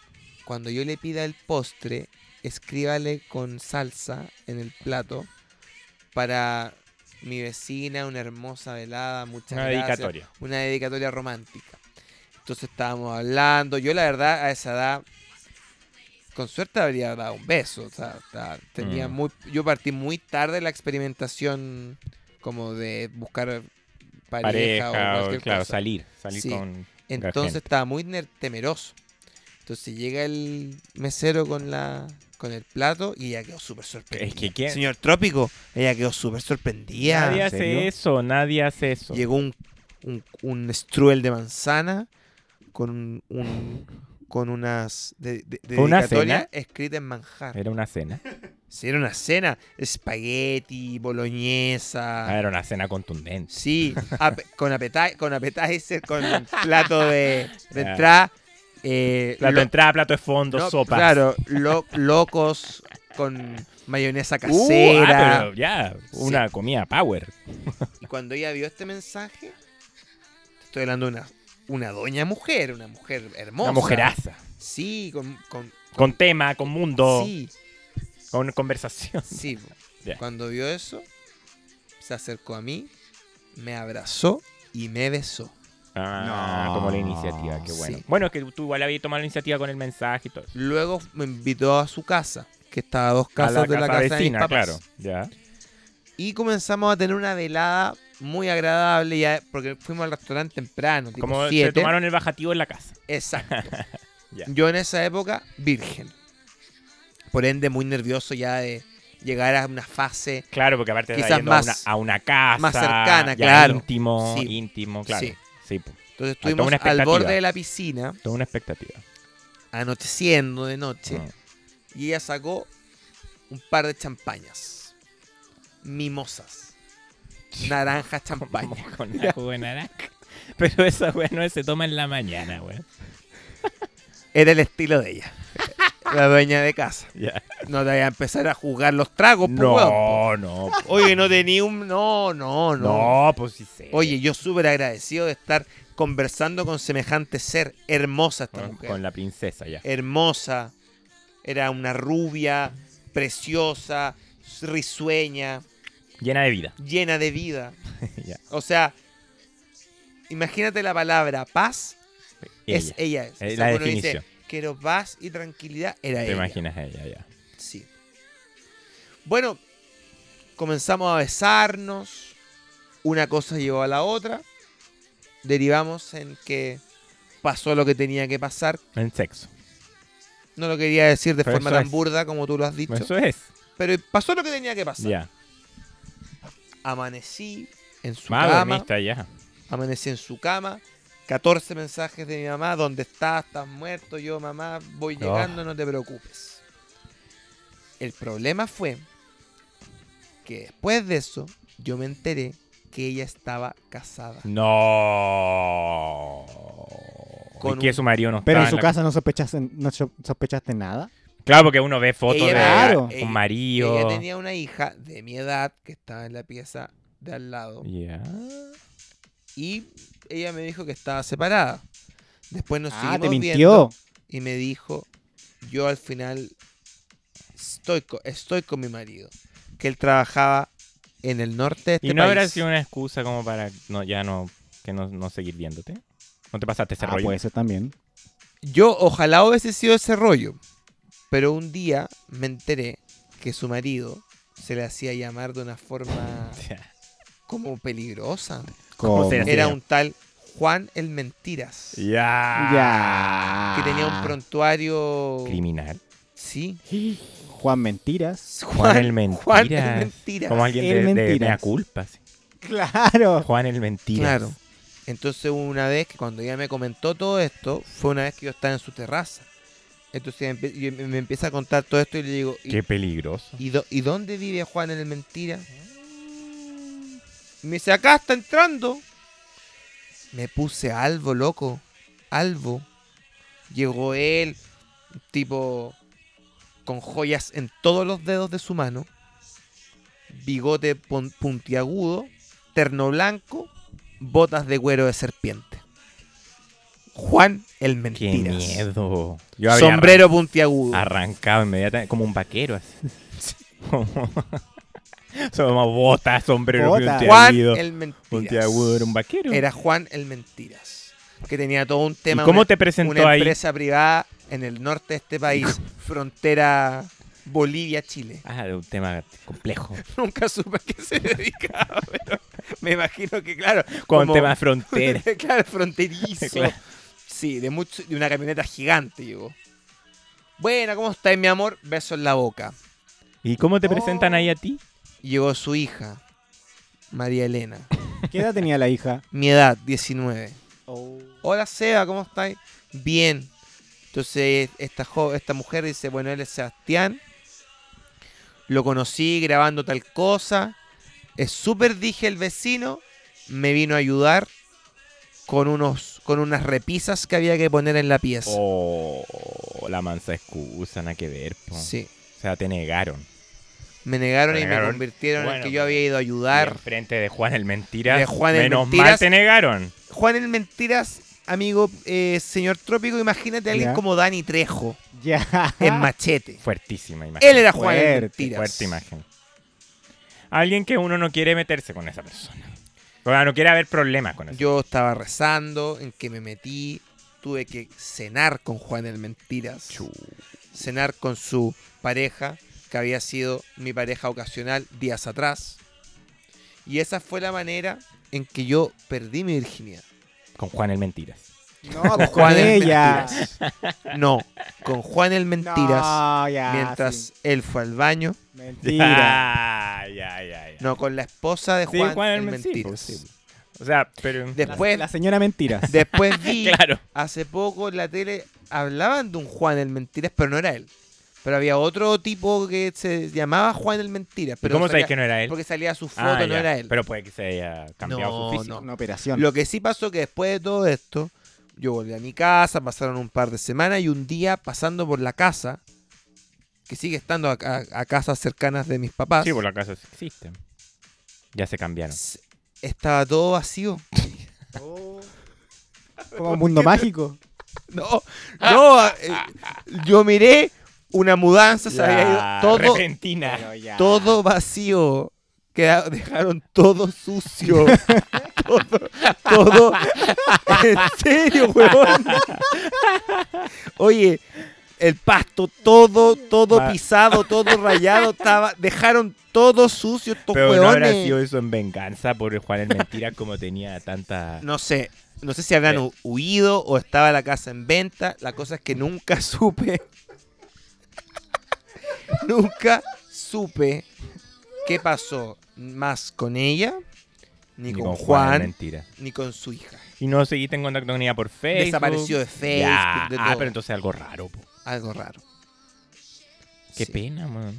S5: cuando yo le pida el postre, escríbale con salsa en el plato para mi vecina, una hermosa velada, muchas
S4: Una
S5: gracias
S4: dedicatoria.
S5: una dedicatoria romántica. Entonces estábamos hablando. Yo, la verdad, a esa edad, con suerte habría dado un beso. O sea, ta- tenía
S4: Mm.
S5: muy, yo partí muy tarde la experimentación como de buscar pareja, o
S4: Pareja, o,
S5: cualquier
S4: claro,
S5: cosa.
S4: salir. Salir
S5: Sí.
S4: con.
S5: Entonces estaba muy ner- temeroso. Entonces llega el mesero con la con el plato y ella quedó súper sorprendida.
S4: Es que ¿quién?
S5: Señor Trópico, ella quedó súper sorprendida.
S4: nadie
S5: ¿En
S4: hace
S5: serio?
S4: eso, nadie hace eso.
S5: Llegó un, un, un Struel de manzana con un, un- con unas de, de- de
S4: ¿Fue una
S5: dedicatoria
S4: cena?
S5: escrita en manjar.
S4: Era una cena.
S5: Ah. Sí, era una cena. Espagueti, boloñesa.
S4: Ah, era una cena contundente.
S5: Sí, ap- con, apetizer, con appetizer, con plato de, de
S4: Ya.
S5: entrada. eh,
S4: Plato
S5: lo-
S4: de entrada, plato de fondo,
S5: no,
S4: sopas.
S5: Claro, lo- locos con mayonesa
S4: Uh, ah,
S5: casera.
S4: pero ya, una comida power.
S5: Y cuando ella vio este mensaje, te estoy hablando de una, una doña mujer, una mujer hermosa.
S4: Una mujeraza.
S5: Sí, con... con
S4: Con tema, con mundo,
S5: sí,
S4: con conversación. *laughs*
S5: sí. po.
S4: Ya.
S5: Cuando vio eso, se acercó a mí, me abrazó y me besó.
S4: Ah,
S3: No.
S4: como la iniciativa, qué bueno.
S5: Sí.
S4: Bueno, es que tú igual habías tomado la iniciativa con el mensaje y todo. eso.
S5: Luego me invitó a su casa, que estaba a dos
S4: A
S5: casas de la casa de mis papás.
S4: claro. Ya.
S5: Y comenzamos a tener una velada muy agradable, ya, porque fuimos al restaurante temprano, tipo
S4: Como se
S5: siete.
S4: tomaron el bajativo en la casa.
S5: Exacto.
S4: *laughs* Ya.
S5: Yo en esa época, virgen. Por ende, muy nervioso ya de llegar a una fase.
S4: Claro, porque aparte
S5: Quizás
S4: estaba yendo
S5: más-
S4: a, una, a una casa.
S5: más cercana,
S4: ya
S5: claro.
S4: Íntimo,
S5: Sí.
S4: íntimo, claro.
S5: Sí.
S4: Sí. pues,
S5: Entonces
S4: toda una
S5: estuvimos al
S4: expectativa.
S5: borde de la piscina,
S4: toda una expectativa.
S5: anocheciendo de noche,
S4: Ah.
S5: y ella sacó un par de champañas.
S4: *laughs*
S5: Mimosas. Naranjas champaña.
S4: Como *laughs* Con la jugo de naranja. Pero esa weá no se toma en la mañana, weón.
S5: Era el estilo de ella. *laughs* La dueña de casa.
S4: Ya.
S5: No te vaya a empezar a jugar los tragos, pues, weón, po.
S4: No, no, po.
S5: Oye, no tenía un. No, no, no.
S4: no, pues sí sé.
S5: Oye, yo súper agradecido de estar conversando con semejante ser. Hermosa esta
S4: con,
S5: mujer. Eh,
S4: con la princesa ya.
S5: Hermosa. Era una rubia, preciosa, risueña,
S4: Llena
S5: *laughs*
S4: de vida.
S5: llena de vida.
S4: Ya.
S5: O sea, imagínate la palabra paz. Es
S4: Ella.
S5: ella. O sea,
S4: Eh, la
S5: uno dice,
S4: definición.
S5: Quiero paz y tranquilidad. Era
S4: Te
S5: ella.
S4: imaginas a ella, ya.
S5: Sí. Bueno, comenzamos a besarnos. Una cosa llevó a la otra. Derivamos en que pasó lo que tenía que pasar.
S4: En sexo.
S5: No lo quería decir de
S4: Pero
S5: forma
S4: eso
S5: tan
S4: es.
S5: burda como tú lo has dicho.
S4: Eso es.
S5: Pero pasó lo que tenía que pasar.
S4: Ya.
S5: Amanecí en su
S4: Más
S5: cama.
S4: dormiste ya.
S5: Amanecí en su cama. 14 mensajes de mi mamá. ¿Dónde estás? ¿Estás muerto? Yo, mamá, voy
S4: Oh.
S5: llegando, no te preocupes. El problema fue que después de eso yo me enteré que ella estaba casada.
S4: No.
S5: Con
S4: y que
S5: un-
S4: su marido no
S6: Pero en
S4: estaba
S6: su
S4: Ah, la-
S6: casa no sospechaste, no so- sospechaste nada.
S4: Claro, porque uno ve fotos
S5: Ella-
S4: de
S6: Claro.
S4: con
S5: Ella-
S4: marido.
S5: Ella tenía una hija de mi edad que estaba en la pieza de al lado
S4: Ya.
S5: y ella me dijo que estaba separada. Después nos
S6: ah, te
S5: seguimos
S6: mintió.
S5: viendo y me dijo, yo al final estoy, co- estoy con mi marido, que él trabajaba en el norte de este
S4: ¿Y no
S5: país.
S4: habrá sido una excusa como para no, ya no, que no, no seguir viéndote? ¿No te pasaste ese
S6: Ah,
S4: rollo?
S6: puede
S5: pues.
S6: ser también.
S5: Yo ojalá hubiese sido ese rollo, pero un día me enteré que su marido se le hacía llamar de una forma
S4: *laughs* Ya.
S5: como peligrosa.
S4: ¿Cómo
S6: Como-
S4: será?
S5: Era un tal Juan el Mentiras,
S6: Ya.
S5: que tenía
S4: Ah.
S5: un prontuario... *laughs*
S4: Criminal.
S5: Sí.
S6: Juan Mentiras.
S4: Juan el Mentiras.
S5: *laughs* Juan el Mentiras.
S4: Como alguien
S6: El
S4: de, de,
S6: Mentiras.
S4: mea culpa. sí.
S6: Claro.
S4: Juan el Mentiras.
S5: Claro. Entonces hubo una vez que cuando ella me comentó todo esto, fue una vez que yo estaba en su terraza. Entonces empe- y me me empieza a contar todo esto y le digo, ¿y,
S4: Qué peligroso.
S5: y do- y dónde vive Juan en el Mentira? Y me dice, acá está entrando. Me puse albo, loco. Albo. Llegó él, un tipo con joyas en todos los dedos de su mano, bigote pon- puntiagudo, terno blanco, botas de cuero de serpiente. Juan el
S4: Qué
S5: Mentiras.
S4: miedo. Yo habría
S5: Sombrero puntiagudo.
S4: Arrancado inmediatamente, como un vaquero así. *laughs* Como- Somos botas, sombrero,
S6: Botas.
S5: Juan
S4: puntiagudo.
S5: el Mentiras.
S4: Puntiagudo era un vaquero.
S5: Era Juan el Mentiras. Que tenía todo un tema.
S4: ¿Y cómo
S5: una-
S4: te presentó
S5: una
S4: ahí?
S5: empresa privada en el norte de este país,
S4: *laughs*
S5: frontera Bolivia-Chile. *laughs*
S4: Ah, era un tema *laughs* complejo.
S5: Nunca supe a qué se dedicaba, *laughs* pero me imagino que, claro.
S4: Con
S5: como-
S4: tema de frontera.
S5: *laughs* claro, fronterizo.
S4: *laughs* Claro.
S5: Sí, de, mucho, de una camioneta gigante llegó. Bueno, ¿cómo estáis, mi amor? Beso en la boca.
S4: ¿Y cómo te presentan ahí a ti?
S5: Llegó su hija, María Elena.
S6: ¿Qué edad tenía la hija?
S5: Mi edad, 19. Hola Seba, ¿cómo estáis? Bien. Entonces esta, jo- esta mujer dice, bueno, él es Sebastián, lo conocí grabando tal cosa, es súper dije el vecino, me vino a ayudar con, unos, con unas repisas que había que poner en la pieza.
S4: Oh, la mansa excusa, nada que ver. po.
S5: Sí.
S4: O sea, te negaron.
S5: Me negaron
S4: Te
S5: y me
S4: negaron.
S5: convirtieron en
S4: Bueno,
S5: el que yo había ido a
S4: Y
S5: ayudar.
S4: Enfrente de Juan el Mentiras.
S5: De Juan el
S4: Menos mal
S5: Mentiras.
S4: te negaron.
S5: Juan el Mentiras, amigo, eh, señor Trópico, imagínate a alguien
S6: Ya.
S5: como Dani Trejo
S6: Ya.
S4: Ah.
S5: en machete.
S4: Fuertísima imagen.
S5: Él era Juan el
S6: Fuerte,
S5: Mentiras.
S4: Fuerte imagen. Alguien que uno no quiere meterse con esa persona. O sea, no quiere haber problemas con eso.
S5: Yo estaba rezando, en que me metí, tuve que cenar con Juan el Mentiras. Cenar con su pareja, que había sido mi pareja ocasional días atrás. Y esa fue la manera en que yo perdí mi virginidad.
S4: Con Juan el Mentiras.
S6: No,
S4: Ah,
S6: pues con
S5: Juan el
S6: ella.
S5: No, con Juan el
S4: ah,
S5: Mentiras.
S6: No, ya,
S5: mientras
S6: sí.
S5: él fue al baño.
S6: Mentira.
S4: *laughs* Ya, ya, ya, ya.
S5: No, con la esposa de
S4: Sí,
S5: Juan,
S4: Juan
S5: el
S4: el Men- sí,
S5: Mentiras.
S4: pues, sí. O sea, pero.
S5: Después,
S6: La señora mentiras.
S5: después vi,
S4: *laughs* Claro.
S5: hace poco en la tele hablaban de un Juan el Mentiras, pero no era él. Pero había otro tipo que se llamaba Juan el Mentiras.
S4: ¿Y
S5: Pero
S4: ¿Cómo
S5: salía-
S4: sabéis que no era él?
S5: Porque salía su foto,
S4: Ah,
S5: no
S4: ya.
S5: era él.
S4: Pero puede que se haya cambiado
S5: No,
S4: su físico.
S5: no.
S6: Una operación.
S5: Lo que sí pasó que después de todo esto, yo volví a mi casa, pasaron un par de semanas y un día pasando por la casa, que sigue estando a, a- a casas cercanas de mis papás,
S4: Sí, por la casa sí existen. Ya se cambiaron.
S5: s- estaba todo vacío. *laughs*
S6: Como un mundo mágico.
S5: No,
S4: Ah.
S5: no, eh, yo miré una mudanza, se había ido
S4: La
S5: todo,
S4: Repentina.
S5: todo vacío. Queda- dejaron todo
S4: *laughs*
S5: sucio. todo, todo. En serio, huevón. Oye, el pasto, todo, todo
S4: Ma-
S5: pisado, todo rayado, estaba. Dejaron todo sucio estos
S4: Pero no habrá
S5: huevones.
S4: sido
S5: No,
S4: eso en venganza por Juan el Mentira *laughs* como tenía tanta...
S5: sé. No sé si habrán
S4: Eh.
S5: hu- huido o estaba la casa en venta. La cosa es que nunca *laughs* supe. nunca supe qué pasó más con ella, ni, con,
S4: el
S5: Juan,
S4: Mentira.
S5: ni con su hija.
S4: Y no seguiste en contacto con ella por Facebook.
S5: Desapareció de Facebook,
S4: Ya.
S5: de
S4: Ah,
S5: todo.
S4: pero entonces algo raro. po.
S5: Algo raro.
S4: Qué
S5: Sí.
S4: pena, man.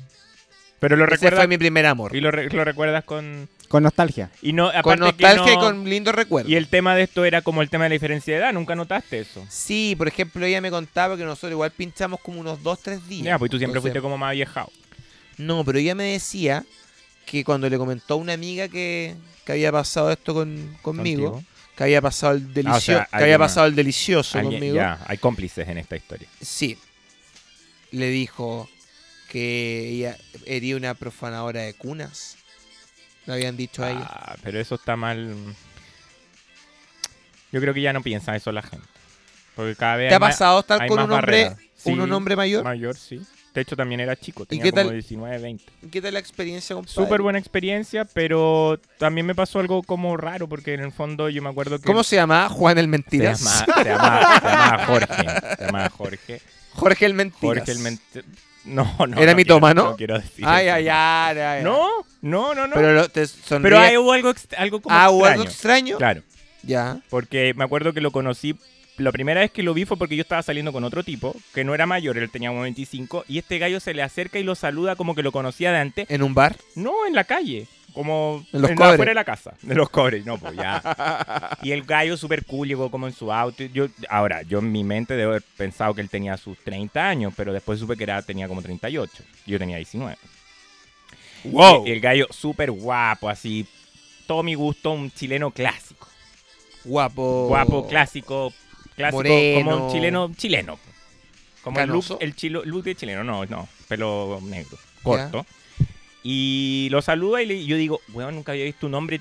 S4: Pero lo
S5: Ese
S4: recuerdas...
S5: fue mi primer amor.
S4: Y lo, re- lo recuerdas con...
S6: Con nostalgia.
S4: Y no,
S5: Con
S4: aparte
S5: nostalgia
S4: que
S5: y
S4: no-
S5: con lindo recuerdo.
S4: Y el tema de esto era como el tema de la diferencia de edad. Nunca notaste eso.
S5: Sí, por ejemplo, ella me contaba que nosotros igual pinchamos como unos 2, 3 días.
S4: Ya, pues tú siempre fuiste
S5: Entonces,
S4: como más viejado.
S5: No, pero ella me decía que cuando le comentó a una amiga que, que había pasado esto con, conmigo,
S4: Contigo.
S5: que había pasado el
S4: Ah, o
S5: delicioso,
S4: sea,
S5: que
S4: alguien
S5: había
S4: más.
S5: pasado el delicioso
S4: Alguien-
S5: conmigo.
S4: ya, hay cómplices en esta historia.
S5: Sí. Le dijo que ella era una profanadora de cunas. Le habían dicho a ella.
S4: Ah, pero eso está mal. Yo creo que ya no piensa eso la gente. Porque cada vez
S5: ¿Te
S4: hay
S5: ha
S4: más-
S5: pasado estar
S4: hay
S5: con
S4: más
S5: un hombre,
S4: barreras. Sí,
S5: un hombre mayor?
S4: Mayor, sí. De hecho, también era chico. Tenía
S5: qué
S4: como
S5: tal?
S4: 19, 20.
S5: ¿Qué tal la experiencia, compadre?
S4: Súper buena experiencia, pero también me pasó algo como raro. Porque en el fondo yo me acuerdo que.
S5: ¿Cómo se llamaba Juan el
S4: te
S5: Mentiras?
S4: llamaba, te llamaba- te llamaba Jorge. Te llamaba Jorge.
S5: *laughs* Jorge el Mentiras.
S4: Jorge el mente- No, no.
S5: ¿Era
S4: no
S5: mitómano?
S4: Quiero, no quiero decir.
S5: Ay,
S4: eso.
S5: ay, ay, ay, ay.
S4: No, no, no, no. Pero,
S5: Pero lo- te sonríe.
S4: ahí hubo algo, ext- algo como.
S5: ah, ¿hubo algo
S4: extraño.
S5: extraño?
S4: Claro.
S5: Ya.
S4: Porque me acuerdo que lo conocí, la primera vez que lo vi fue porque yo estaba saliendo con otro tipo, que no era mayor, él tenía como 25, y este gallo se le acerca y lo saluda como que lo conocía de antes.
S5: ¿En un bar?
S4: No, en la calle, como
S5: En los
S4: la-
S5: cobres.
S4: afuera de la casa, de los cobres, no, pues ya.
S5: *laughs*
S4: y el gallo súper cool, llegó como en su auto. y Yo, ahora, yo en mi mente debo haber pensado que él tenía sus 30 años, pero después supe que era, tenía como 38, yo tenía 19. Y
S5: Eh,
S4: el gallo súper guapo, así, todo mi gusto, un chileno clásico
S5: Guapo.
S4: guapo, clásico, clásico,
S5: Oh. Moreno.
S4: como un chileno, chileno. Como el look,
S5: Canoso.
S4: el chilo- look de chileno, no, no, pelo negro, corto. Y lo saluda y le- yo digo, weón, nunca había visto un hombre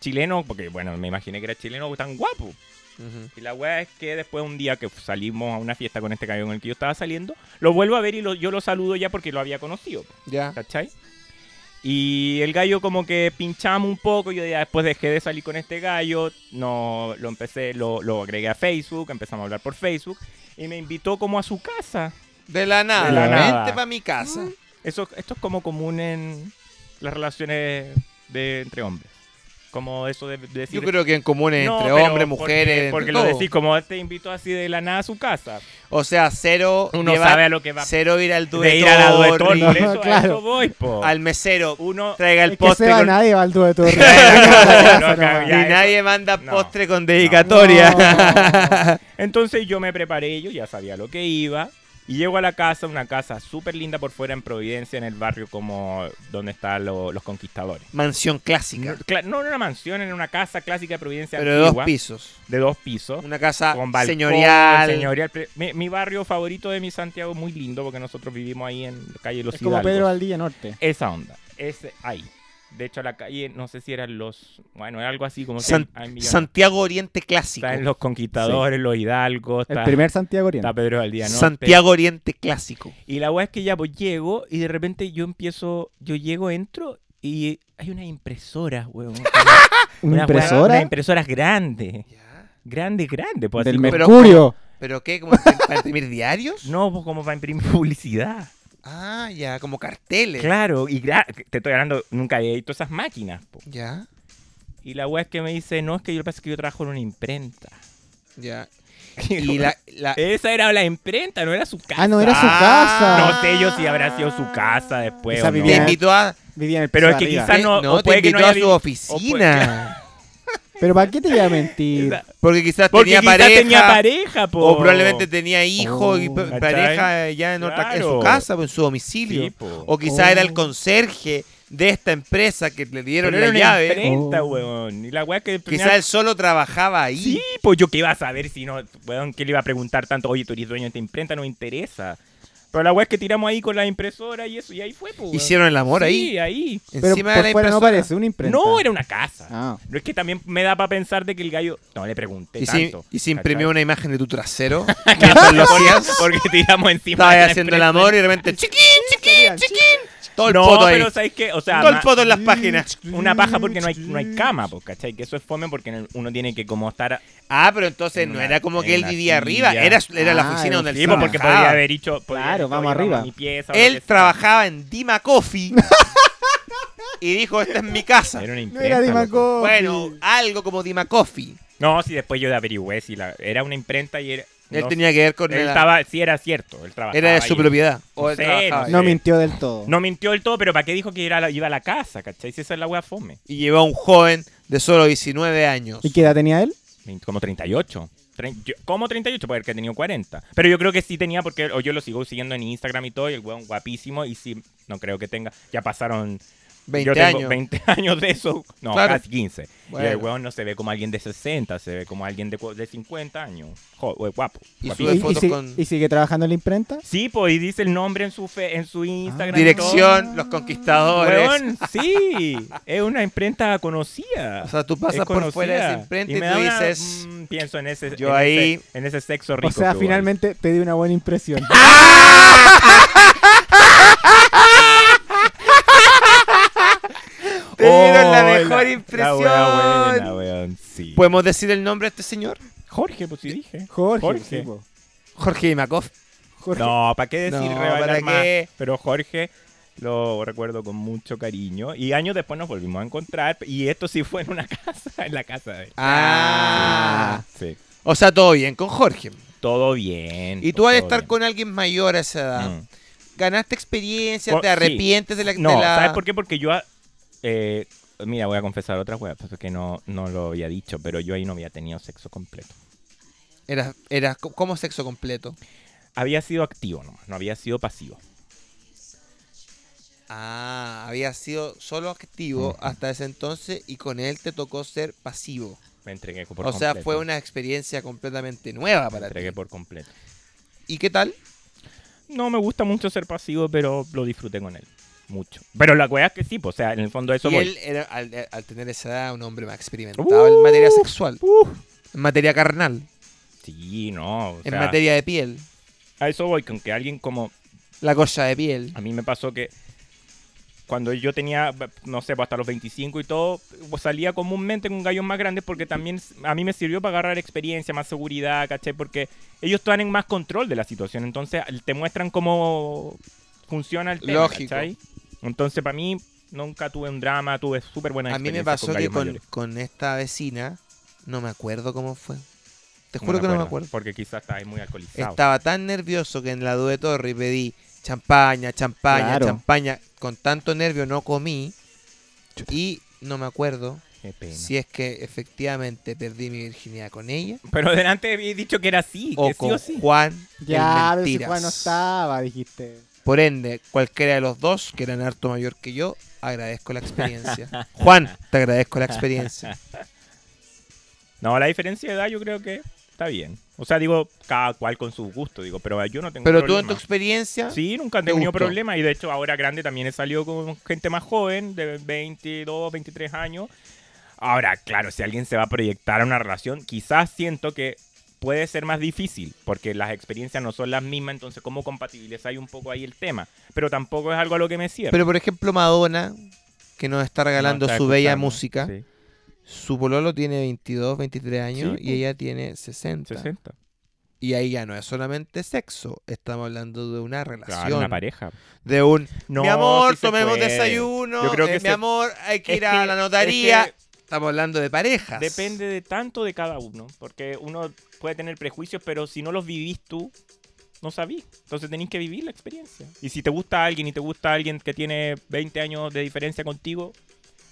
S4: chileno, porque bueno, me imaginé que era chileno tan guapo.
S5: Ujú.
S4: Y la weá es que después un día que salimos a una fiesta con este gallo con el que yo estaba saliendo, lo vuelvo a ver y lo- yo lo saludo ya porque lo había conocido.
S5: Ya.
S4: ¿cachai? Y el gallo como que pinchamos un poco, yo ya después dejé de salir con este gallo, no lo empecé, lo, lo agregué a Facebook, empezamos a hablar por Facebook, y me invitó como a su casa.
S5: De la nada.
S4: De la nada. Mm.
S5: Vente para mi casa.
S4: Eso, esto es como común en las relaciones de entre hombres. Como eso de, de decir...
S5: Yo creo que en comunes
S4: No,
S5: entre
S4: pero
S5: hombres,
S4: porque-
S5: mujeres,
S4: Porque,
S5: entre
S4: lo
S5: todos.
S4: decís como te invito así de la nada a su casa.
S5: O sea, cero
S4: Uno
S5: llevar-
S4: sabe a lo que va.
S5: Cero ir al
S4: de ir ¿eh? a la
S5: duetor, *laughs*
S4: duetor,
S5: ir
S4: por eso, a
S6: claro.
S4: eso voy, po.
S5: al mesero,
S4: Uno...
S5: traiga el
S6: Es que se
S5: postre
S6: va
S5: con-
S6: nadie va al dúo de torre.
S4: No, no,
S5: ni
S4: Ya, eso-
S5: nadie manda
S4: no.
S5: postre con dedicatoria.
S4: Entonces yo me preparé, yo ya sabía lo que iba. Y llego a la casa, una casa súper linda por fuera en Providencia, en el barrio como donde están lo- los conquistadores.
S5: *laughs* Mansión clásica,
S4: Cla- No en una mansión, en una casa clásica de Providencia
S5: pero de
S4: antigua,
S5: dos pisos.
S4: de dos pisos.
S5: Una casa
S4: con balcón,
S5: señorial.
S4: señorial. Pre- Mi, mi barrio favorito de mi Santiago, muy lindo, porque nosotros vivimos ahí en la calle Los
S6: Es como
S4: Hidalgos.
S6: Pedro Valdivia Norte.
S4: Esa onda, ese ahí. De hecho, la calle, no sé si eran los. Bueno, algo así como.
S5: San-
S4: que hay millones.
S5: Santiago Oriente Clásico.
S4: Están los conquistadores, los hidalgos.
S6: El
S4: está-
S6: primer Santiago Oriente.
S4: Está Pedro Valdía, ¿no?
S5: Santiago Oriente Clásico.
S4: Y la weá es que ya pues llego y de repente yo empiezo, yo llego, entro y hay unas impresoras,
S6: *laughs*
S4: weón.
S6: Una
S4: Unas weá- Unas
S6: impresora
S4: impresoras grandes. Grandes, grandes. Pues, así
S6: del
S4: como-
S6: Mercurio.
S5: ¿Pero qué? ¿Como para para imprimir diarios?
S4: no, pues como para imprimir *laughs* publicidad.
S5: Ah, ya, como carteles.
S4: Claro, y gra- te estoy hablando, nunca había visto esas máquinas. po.
S5: Ya,
S4: Y la weá es que me dice, no, es que yo lo que pasa es que yo trabajo en una imprenta.
S5: ya.
S4: la
S5: Y la, la-
S4: Esa era la imprenta, no era su casa.
S6: Ah, no, era su casa.
S4: No sé yo si habrá sido su casa después.
S6: Esa
S4: o no.
S5: te
S6: vivía-
S5: invitó a.
S6: Vivía en el
S4: Pero es
S6: piso
S4: que
S6: de arriba.
S4: quizás no.
S5: no,
S4: o
S5: te
S4: puede que no
S5: invitó
S4: haya
S5: a su
S4: vi-
S5: oficina.
S6: Pero ¿para qué te iba a mentir?
S4: Esa-
S5: Porque quizás
S4: Porque
S5: tenía
S4: quizás
S5: pareja.
S4: tenía pareja, po.
S5: O probablemente tenía hijo y
S6: Oh,
S5: pa-
S4: ¿cachai?
S5: pareja ya en, otra, en su
S4: Claro.
S5: casa, o en su domicilio.
S4: Sí, po.
S5: O quizás era el
S6: Oh.
S5: conserje de esta empresa que le dieron
S4: Pero era
S5: la
S4: una
S5: llave.
S4: imprenta,
S6: Oh.
S4: weón. Y la weá que tenía-
S5: Quizás él solo trabajaba ahí.
S4: Sí, pues yo qué iba a saber si no... Weón, ¿qué le iba a preguntar tanto? Oye, tú eres dueño de esta imprenta, no me interesa. Pero la weá es que tiramos ahí con la impresora y eso, y ahí fue, pues.
S5: Hicieron el amor ahí.
S4: Sí, ahí.
S6: Pero
S5: Encima de
S6: por
S5: la
S6: fuera no
S5: impresora.
S6: parece una imprenta.
S4: No, era una casa.
S6: Ah.
S4: No es que también me da para pensar de que el gallo... No, le pregunté
S5: Y si,
S4: tanto.
S5: y si imprimió
S4: ¿cachai?
S5: una imagen de tu
S4: *laughs*
S5: trasero, mientras lo hacías,
S4: Porque tiramos encima de
S5: estabas
S4: la
S5: haciendo el
S4: imprenta.
S5: amor y de
S4: *laughs*
S5: repente, chiquín, chiquín, chiquín. Todo el
S4: no,
S5: poto ahí.
S4: pero ¿sabes qué? O sea,
S5: Todo el
S4: ma-
S5: poto en las páginas.
S4: una paja porque no hay, no hay cama, pues, ¿cachai? Que eso es fome porque en el- uno tiene que como estar... a-
S5: Ah, pero entonces
S4: En
S5: no
S4: una-
S5: era como que
S4: en
S5: él
S4: una
S5: vivía arriba,
S4: silla.
S5: era, su- era la
S6: Ah,
S5: oficina
S6: era
S5: donde él
S4: Sí, pues, porque podría
S5: trabajado.
S4: haber dicho... podría haber
S6: Claro,
S4: dicho,
S6: vamos
S4: "Oye,
S6: arriba".
S4: a mi pieza, o lo
S5: Él
S4: que sea.
S5: trabajaba en Dima
S6: *laughs*
S5: Coffee y dijo, esta es mi casa.
S4: Era una
S6: No
S4: imprenta.
S6: era
S4: loco.
S6: Dimaco.
S5: Bueno, algo como Dima Coffee.
S4: No, sí, después yo averigüé si la, era una imprenta y era...
S5: Él
S4: no
S5: tenía que ver con...
S4: sé, él
S5: la-
S4: estaba, sí era cierto, él trabajaba
S5: era de su
S4: ahí.
S5: propiedad. O
S4: No
S5: él
S4: sé,
S5: trabajaba
S4: no
S5: ahí.
S6: No
S4: Sí.
S6: mintió del todo.
S4: No mintió del todo, pero ¿para qué dijo que era la- iba a la casa, cachai? Si esa es la wea fome.
S5: Y llevó a un joven de solo 19 años.
S6: ¿Y qué edad tenía él?
S4: Como 38. Trein- yo- ¿Cómo 38? Puede que ha tenido 40. Pero yo creo que sí tenía, porque o yo lo sigo siguiendo en Instagram y todo, y el weón guapísimo, y sí, no creo que tenga. Ya pasaron.
S5: 20
S4: yo tengo
S5: años.
S4: 20 *laughs* años de eso. No,
S5: Claro.
S4: casi 15. Y el
S5: Bueno.
S4: weón no se ve como alguien de 60, se ve como alguien de, cu- de 50 años. Jo- we- guapo.
S5: Y
S4: guapísimo.
S5: Tuve
S6: ¿Y, y
S5: fotos
S6: si-
S5: con-
S6: y sigue trabajando en la imprenta?
S4: Sí, pues, y dice el nombre en su, fe- en
S5: Ah.
S4: su Instagram. y todo.
S5: Dirección, los conquistadores.
S4: Weón, sí, es una imprenta conocida.
S5: O sea, tú
S4: Es
S5: pasas por
S4: conocida.
S5: fuera de esa imprenta y,
S4: me
S5: tú
S4: da una-
S5: dices...
S4: mm, pienso en ese.
S5: yo
S4: en
S5: ahí-
S4: ese- en ese sexo rico.
S6: o sea,
S4: que hubo
S6: finalmente te di una buena impresión.
S4: ahí.
S5: Te dieron la
S4: Oh,
S5: mejor
S4: la
S5: impresión. Pues,
S4: wea buena, weón, sí.
S5: ¿Podemos decir el nombre de este señor?
S4: Jorge, pues sí dije.
S6: Jorge. sí, po.
S5: Jorge Imakov.
S6: Jorge.
S4: No, ¿para qué decir
S5: No,
S4: revelar
S5: ¿para
S4: más?
S5: qué?
S4: Pero Jorge lo recuerdo con mucho cariño. Y años después nos volvimos a encontrar. Y esto sí fue en una *laughs* casa, en la casa de él.
S5: Ah.
S4: Sí.
S5: O sea, todo bien con Jorge.
S4: Todo bien.
S5: Y tú al
S4: todo
S5: estar
S4: bien.
S5: con alguien mayor a esa edad,
S4: Mm.
S5: ganaste experiencia,
S4: Co-
S5: te arrepientes de la... de
S4: No,
S5: la-
S4: ¿sabes por qué? Porque yo. eh, mira, voy a confesar otra hueá, porque no, no lo había dicho, pero yo ahí no había tenido sexo completo.
S5: Eras, eras co- como sexo completo.
S4: Había sido activo nomás, no había sido pasivo.
S5: Ah, había sido solo activo
S4: Ujú.
S5: hasta ese entonces y con él te tocó ser pasivo.
S4: Me entregué por
S5: o
S4: completo.
S5: sea, fue una experiencia completamente nueva
S4: Me
S5: para ti.
S4: entregué por completo.
S5: ¿Y qué tal?
S4: No me gusta mucho ser pasivo, pero lo disfruté con él. Mucho. Pero la hueá es que sí, pues, o sea, en el fondo eso
S5: y
S4: voy.
S5: él era, al, eh, al tener esa edad, un hombre más experimentado en materia
S4: Uh,
S5: sexual,
S4: Uh,
S5: en materia carnal,
S4: sí, no. o
S5: en
S4: sea,
S5: materia de piel,
S4: A eso voy, con que alguien como
S5: la cosa de piel.
S4: A mí me pasó que cuando yo tenía, no sé, pues, hasta los 25 y todo, pues, salía comúnmente con gallos más grandes porque también s- a mí me sirvió para agarrar experiencia, más seguridad, ¿cachai? Porque ellos están en más control de la situación, entonces al- te muestran cómo funciona el tema,
S5: Lógico.
S4: ¿cachai? Entonces para mí nunca tuve un drama, tuve súper buena
S5: A mí me pasó que con, con esta vecina, no me acuerdo cómo fue. Te juro que no me acuerdo.
S4: Porque quizás estabas muy alcoholizado.
S5: Estaba tan nervioso que en la Due Torre pedí champaña, champaña,
S6: Claro.
S5: champaña. Con tanto nervio no comí. Y no me acuerdo
S4: Qué pena.
S5: si es que efectivamente perdí mi virginidad con ella
S4: Pero delante había dicho que era así,
S5: o
S4: que sí
S5: con
S4: o sí.
S5: Juan
S6: Ya,
S5: el
S6: pero si
S5: Mentiras.
S6: Juan no estaba, dijiste.
S5: Por ende, cualquiera de los dos, que eran harto mayor que yo, agradezco la experiencia. *laughs* Juan, te agradezco la experiencia.
S4: *laughs* No, la diferencia de edad yo creo que está bien. O sea, digo, cada cual con su gusto, digo, pero yo no tengo
S5: Pero tú en
S4: problema.
S5: tu experiencia,
S4: Sí, nunca he
S5: ¿Te
S4: tenido
S5: gustó?
S4: problemas y de hecho ahora grande también he salido con gente más joven, de 22, 23 años. Ahora, claro, si alguien se va a proyectar a una relación, quizás siento que puede ser más difícil porque las experiencias no son las mismas, entonces cómo compatibles hay un poco ahí el tema. Pero tampoco es algo a lo que me cierro.
S5: pero por ejemplo Madonna, que nos está regalando
S4: No, está
S5: su bella
S4: escuchando,
S5: música,
S4: sí,
S5: su pololo tiene 22, 23 años
S4: Sí,
S5: y
S4: po.
S5: ella tiene 60.
S4: 60.
S5: Y ahí ya no es solamente sexo, estamos hablando de una relación,
S4: Claro, una pareja.
S5: de un...
S4: No,
S5: mi amor,
S4: sí se
S5: tomemos
S4: puede.
S5: desayuno,
S4: Yo creo
S5: eh,
S4: que
S5: mi
S4: se-
S5: amor, hay que
S4: Es
S5: ir a
S4: que-
S5: la
S4: es
S5: notaría.
S4: que-
S5: Estamos hablando de parejas.
S4: Depende de tanto de cada uno, porque uno puede tener prejuicios, pero si no los vivís tú, no sabís. Entonces tenés que vivir la experiencia. Y si te gusta alguien y te gusta alguien que tiene 20 años de diferencia contigo,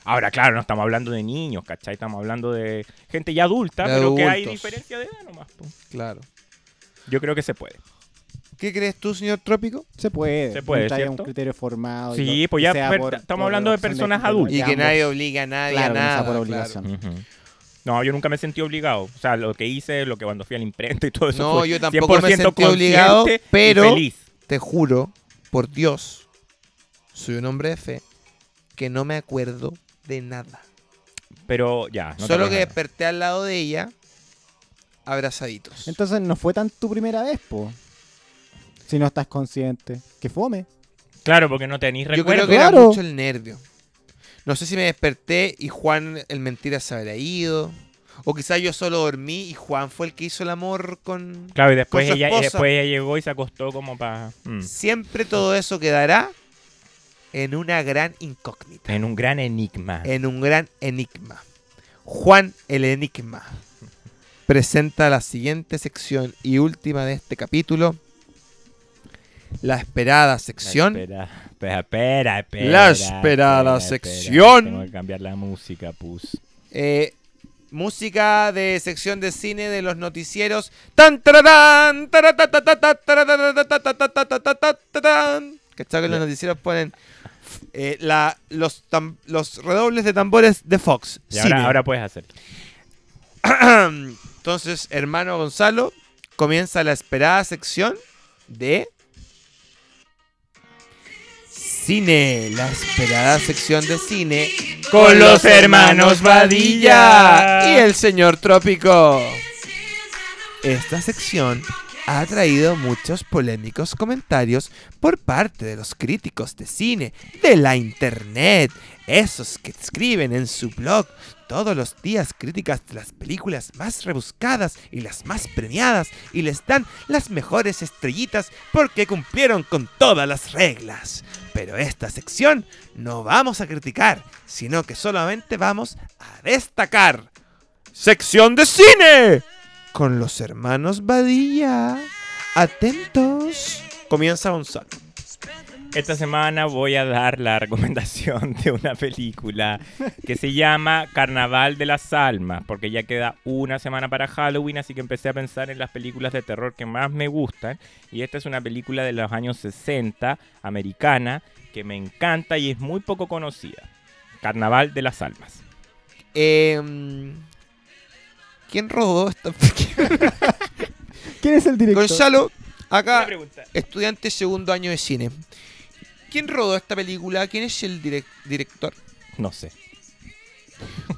S4: ahora claro, no estamos hablando de niños, ¿cachai? Estamos hablando de gente ya adulta,
S5: De
S4: pero que hay
S5: adultos.
S4: diferencia de edad nomás. po.
S5: Claro.
S4: Yo creo que se puede.
S5: ¿Qué crees tú, señor Trópico?
S6: Se puede.
S4: Se puede,
S6: mientras haya
S4: ¿cierto?
S6: un criterio formado. y
S4: Sí,
S6: todo,
S4: pues ya
S6: sea
S4: per- estamos hablando de
S6: opción
S4: personas
S6: género,
S4: adultas.
S5: Y que
S6: ambos.
S5: nadie obliga a nadie a
S6: Claro, que no sea
S5: nada.
S6: por
S5: claro.
S6: obligación.
S4: Mm. No, yo nunca me sentí obligado. O sea, lo que hice, lo que cuando fui a la imprenta y todo eso.
S5: No,
S4: fue
S5: yo tampoco me
S4: 100%
S5: sentí obligado,
S4: consciente y
S5: pero-
S4: Feliz.
S5: Te juro, por Dios, soy un hombre de fe, que no me acuerdo de nada.
S4: Pero ya. no te
S5: Solo que
S4: arruinas.
S5: desperté al lado de ella, abrazaditos.
S6: Entonces no fue tan tu primera vez, po. Si no estás consciente. Que fome.
S4: Claro, porque no tenéis
S5: Yo
S4: recuerdo.
S5: creo que era
S6: Claro.
S5: mucho el nervio. No sé si me desperté y Juan el mentira se habrá ido. O quizás yo solo dormí y Juan fue el que hizo el amor con...
S4: Claro, y después
S5: con su
S4: ella, y
S5: esposa.
S4: después ella llegó y se acostó como mm, para...
S5: Siempre todo eso quedará en una gran incógnita.
S4: En un gran enigma.
S5: en un gran enigma. Juan el Enigma presenta la siguiente sección y última de este capítulo. La esperada sección.
S4: Espera, espera, espera, espera.
S5: La esperada
S4: espera, espera.
S5: sección.
S4: Tengo que cambiar la música, pus.
S5: Eh, música de sección de cine de los noticieros. Tan tararán, taratatatata, tararatatatatatatatatatán. ¿Cachai que los noticieros ponen eh, la- los, tam- los redobles de tambores de Fox?
S4: Y ahora,
S5: Cine.
S4: ahora puedes hacer.
S5: *clears throat* Entonces, hermano Gonzalo, comienza la esperada sección de cine, la esperada sección de cine
S4: Con los hermanos Badilla.
S5: y el señor Trópico. Esta sección ha traído muchos polémicos comentarios por parte de los críticos de cine, de la internet, esos que escriben en su blog todos los días críticas de las películas más rebuscadas y las más premiadas y les dan las mejores estrellitas porque cumplieron con todas las reglas. Pero esta sección no vamos a criticar, sino que solamente vamos a destacar. Sección de cine con los hermanos Badilla. Atentos. Comienza Gonzalo.
S4: Esta semana voy a dar la recomendación de una película que se llama Carnaval de las Almas, porque ya queda una semana para Halloween, así que empecé a pensar en las películas de terror que más me gustan. Y esta es una película de los años 60, americana, que me encanta y es muy poco conocida. Carnaval de las Almas.
S5: Em, ¿Quién robó *laughs* esta película?
S6: ¿Quién es el director?
S5: Gonzalo,
S4: Una
S5: acá,
S4: pregunta.
S5: estudiante segundo año de cine. ¿Quién rodó esta película? ¿Quién es el direc- director?
S4: No sé,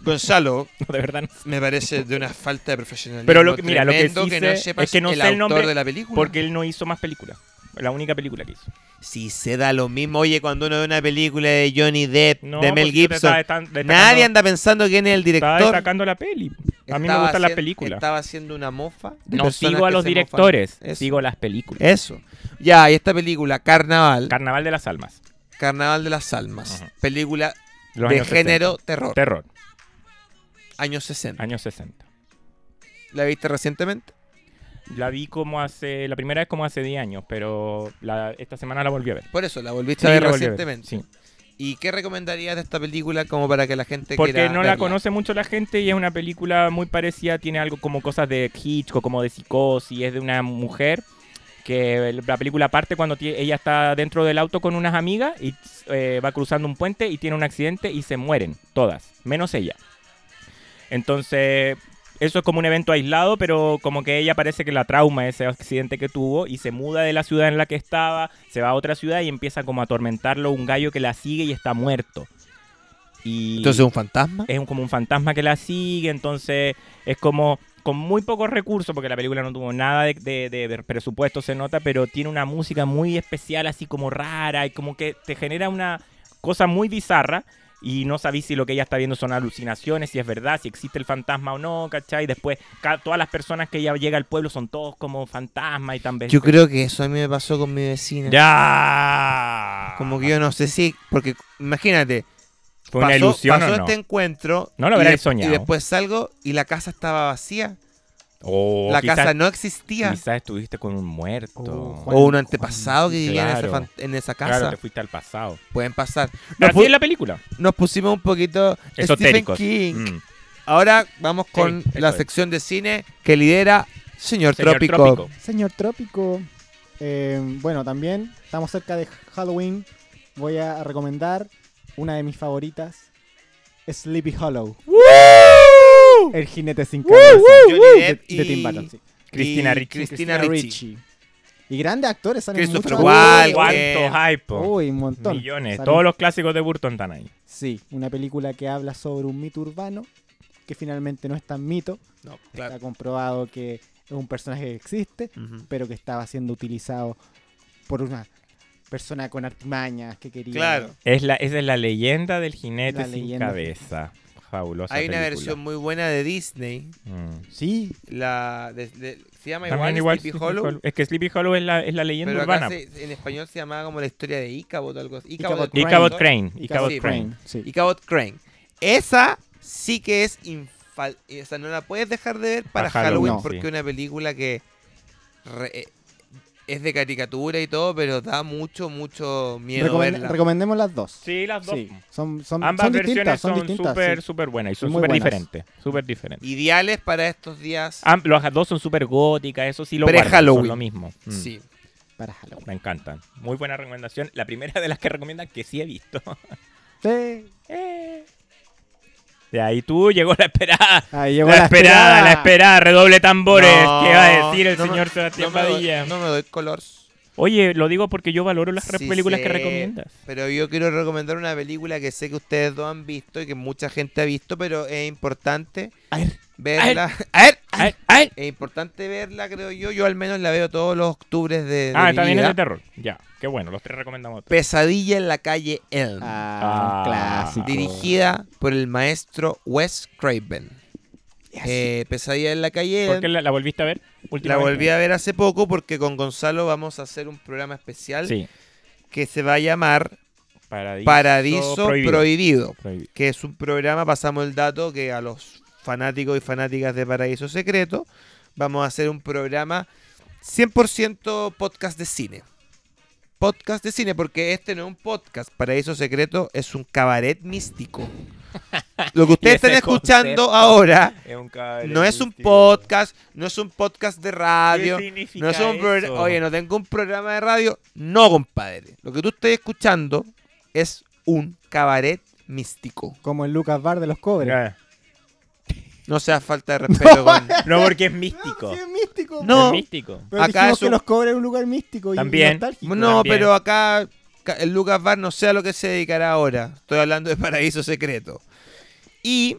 S5: Gonzalo,
S4: no, de verdad no sé.
S5: me parece de una falta de profesionalismo.
S4: Pero lo que- mira, lo que
S5: tremendo
S4: sí
S5: no
S4: sé
S5: sepas
S4: es que no
S5: el
S4: sé el
S5: autor
S4: nombre,
S5: de la película.
S4: Porque él no hizo más películas. La única película que hizo.
S5: Si se da lo mismo, oye, cuando uno ve una película de Johnny Depp,
S4: No,
S5: de Mel
S4: porque yo te
S5: Gibson,
S4: estaba destan-
S5: nadie
S4: destacando-
S5: anda pensando quién es el
S4: Estaba
S5: director.
S4: destacando la peli. A mí me
S5: Estaba
S4: gustan las
S5: hacien-
S4: películas.
S5: Estaba haciendo una mofa. de
S4: No
S5: personas
S4: sigo a
S5: que
S4: los
S5: se mofan.
S4: directores,
S5: Eso.
S4: sigo las películas.
S5: Eso. Ya, y esta película, Carnaval,
S4: Carnaval de las Almas.
S5: Carnaval de las Almas,
S4: Ujú.
S5: película
S4: Los
S5: de
S4: años
S5: género terror,
S4: 60. Terror,
S5: años 60.
S4: años 60.
S5: ¿La viste recientemente?
S4: La vi como hace, la primera vez como hace 10 años, pero la- esta semana la volví a ver.
S5: Por eso, la volviste
S4: Sí,
S5: a ver
S4: la volví a ver,
S5: recientemente.
S4: sí.
S5: ¿Y qué recomendarías de esta película como para que la gente
S4: Porque
S5: quiera
S4: no la
S5: verla?
S4: conoce mucho la gente y es una película muy parecida, tiene algo como cosas de Hitchcock, como de psicosis, es de una mujer que el- la película parte cuando tie- ella está dentro del auto con unas amigas y eh, va cruzando un puente y tiene un accidente y se mueren todas, menos ella. Entonces, eso es como un evento aislado, pero como que ella parece que la trauma ese accidente que tuvo y se muda de la ciudad en la que estaba, se va a otra ciudad y empieza como a atormentarlo un gallo que la sigue y está muerto. Y
S5: Entonces, ¿un fantasma?
S4: es un- como un fantasma que la sigue, entonces es como con muy pocos recursos, porque la película no tuvo nada de, de- de presupuesto, se nota, pero tiene una música muy especial, así como rara, y como que te genera una cosa muy bizarra. Y no sabís si lo que ella está viendo son alucinaciones, si es verdad, si existe el fantasma o no, ¿cachai? Después, ca- todas las personas que ella llega al pueblo son todos como fantasmas y tan
S5: Yo creo que eso a mí me pasó con mi vecina.
S4: ¡Ya!
S5: Como que yo no sé si, porque imagínate,
S4: ¿Fue una
S5: pasó,
S4: ilusión
S5: pasó
S4: o no?
S5: este encuentro
S4: No
S5: y,
S4: lo habráis
S5: de-
S4: soñado.
S5: y después salgo y la casa estaba vacía.
S4: O
S5: la
S4: Oh, quizás-
S5: casa no existía.
S4: Quizás estuviste con un muerto.
S6: Oh, Juan.
S5: O un antepasado que vivía en esa
S4: Claro.
S5: fan- en esa casa.
S4: Claro, te fuiste al pasado.
S5: Pueden pasar. Nos,
S4: Así
S5: pu-
S4: es la película.
S5: nos pusimos un poquito Stephen
S4: Esotéricos.
S5: King.
S4: Mm.
S5: Ahora vamos con
S4: eso
S5: la
S4: es.
S5: sección de cine que lidera Señor,
S4: Señor
S5: Trópico.
S4: Trópico.
S6: Señor Trópico. eh, bueno, también estamos cerca de Halloween. Voy a recomendar una de mis favoritas. Sleepy Hollow. El jinete sin cabeza.
S5: Johnny
S6: De,
S5: Depp
S6: de
S5: y-
S6: Tim Burton, sí.
S4: Cristina
S5: y
S4: Ricci.
S5: Cristina
S6: Christina
S5: Ricci.
S6: Ricci. Y grandes actores salen
S5: Christopher
S6: muchos
S5: Walken.
S6: actores.
S4: ¿Cuánto hype? po?
S6: Uy, un montón.
S4: Millones.
S6: Salen-
S4: Todos los clásicos de Burton están ahí.
S6: Sí, una película que habla sobre un mito urbano que finalmente no es tan mito.
S5: No, claro.
S6: Está comprobado que es un personaje que existe,
S5: Ujú.
S6: pero que estaba siendo utilizado por una persona con artimañas que quería.
S5: Claro.
S4: Es la, esa es la leyenda del jinete
S6: La
S4: sin
S6: leyenda.
S4: cabeza. Fabulosa
S5: Hay una
S4: película.
S5: versión muy buena de Disney.
S4: Mm.
S6: Sí,
S5: La de- de- se llama igual,
S4: También igual
S5: Sleepy
S4: Sleepy
S5: Hollow.
S4: Hollow. Es que Sleepy Hollow es la, es la leyenda
S5: Pero acá
S4: urbana.
S5: se- en español se llamaba como la historia de Ichabod o algo así.
S6: Ichabod
S4: Y
S6: Crane.
S4: Cabot Crane. Y
S6: y
S4: Cabot
S5: Sí,
S4: Crane.
S6: Sí.
S5: Ichabod Crane. Esa sí que es infal... eh, O sea, no la puedes dejar de ver para
S4: Para Halloween,
S5: Halloween
S6: no.
S5: porque
S4: sí.
S5: es una película que re- eh, es de caricatura y todo, pero da mucho, mucho miedo
S6: Recomen-
S5: verla.
S6: recomendemos las dos.
S4: Sí, las dos.
S6: Sí, son, son,
S4: Ambas
S6: son distintas,
S4: versiones
S6: son
S4: son
S6: distintas.
S4: súper,
S6: sí.
S4: súper buenas y son
S6: Muy
S4: súper
S6: buenas.
S4: diferentes. Súper diferentes.
S5: Ideales para estos días.
S4: Am- Las dos son súper góticas, eso sí lo
S5: Pre-
S4: guardan,
S5: Halloween.
S4: son lo mismo. Mm.
S5: Sí.
S6: Para Halloween.
S4: Me encantan. Muy buena recomendación. La primera de las que recomiendan que sí he visto. *laughs*
S6: Sí.
S4: Eh. De ahí tú llegó la esperada.
S6: Ahí llegó
S4: La, esperada, la esperada. Redoble tambores.
S5: No,
S4: ¿Qué va a decir el
S5: no me-
S4: señor Sebastián
S5: no me doy-
S4: Padilla?
S5: no me doy color.
S4: Oye, lo digo porque yo valoro las re-
S5: Sí
S4: películas que
S5: sé,
S4: recomiendas.
S5: Pero yo quiero recomendar una película que sé que ustedes dos han visto y que mucha gente ha visto, pero es importante
S6: A ver,
S5: verla. A ver,
S4: Ay, ay.
S5: *laughs* Es importante verla, creo yo. Yo al menos la veo todos los octubres de, de
S4: Ah,
S5: mi
S4: también es
S5: vida.
S4: de terror. Ya, qué bueno. Los tres recomendamos. otra.
S5: Pesadilla en la calle Elm.
S6: Ah,
S4: Ah.
S6: un clásico.
S5: dirigida por el maestro Wes Craven. Eh, Pesadilla en la calle
S4: ¿Por qué
S5: Elm.
S4: la, la volviste a ver?
S5: La
S4: últimamente?
S5: volví a ver hace poco porque con Gonzalo vamos a hacer un programa especial
S4: Sí.
S5: que se va a llamar
S4: Paradiso,
S5: Paradiso
S4: prohibido.
S5: Prohibido.
S4: Prohibido.
S5: que es un programa, pasamos el dato que a los fanáticos y fanáticas de Paraíso Secreto vamos a hacer un programa 100% podcast de cine. Podcast de cine, porque este no es un podcast. Paraíso Secreto es un cabaret
S4: *laughs*
S5: místico. Lo que ustedes
S4: ese
S5: están escuchando
S4: concepto
S5: ahora
S4: Es un cabaret
S5: no es un
S4: místico.
S5: podcast, no es un podcast de radio.
S4: ¿Qué significa
S5: No es un progr-
S4: eso?
S5: Oye, no tengo un programa de radio. No, compadre. Lo que tú estés escuchando es un cabaret místico.
S6: Como el Lucas Bar de los Cobres.
S4: Ah.
S5: No sea falta de
S4: *laughs*
S5: respeto con...
S4: No, porque es místico.
S6: Ah, Sí, es místico.
S5: No.
S4: Es místico.
S6: Pero
S5: Acá
S6: dijimos
S5: es un-
S6: que los cobres es un lugar místico y-
S4: También.
S6: y nostálgico.
S5: No,
S4: también.
S5: pero acá ca- el Lucas Bar no sé a lo que se dedicará ahora. Estoy hablando de Paraíso Secreto. Y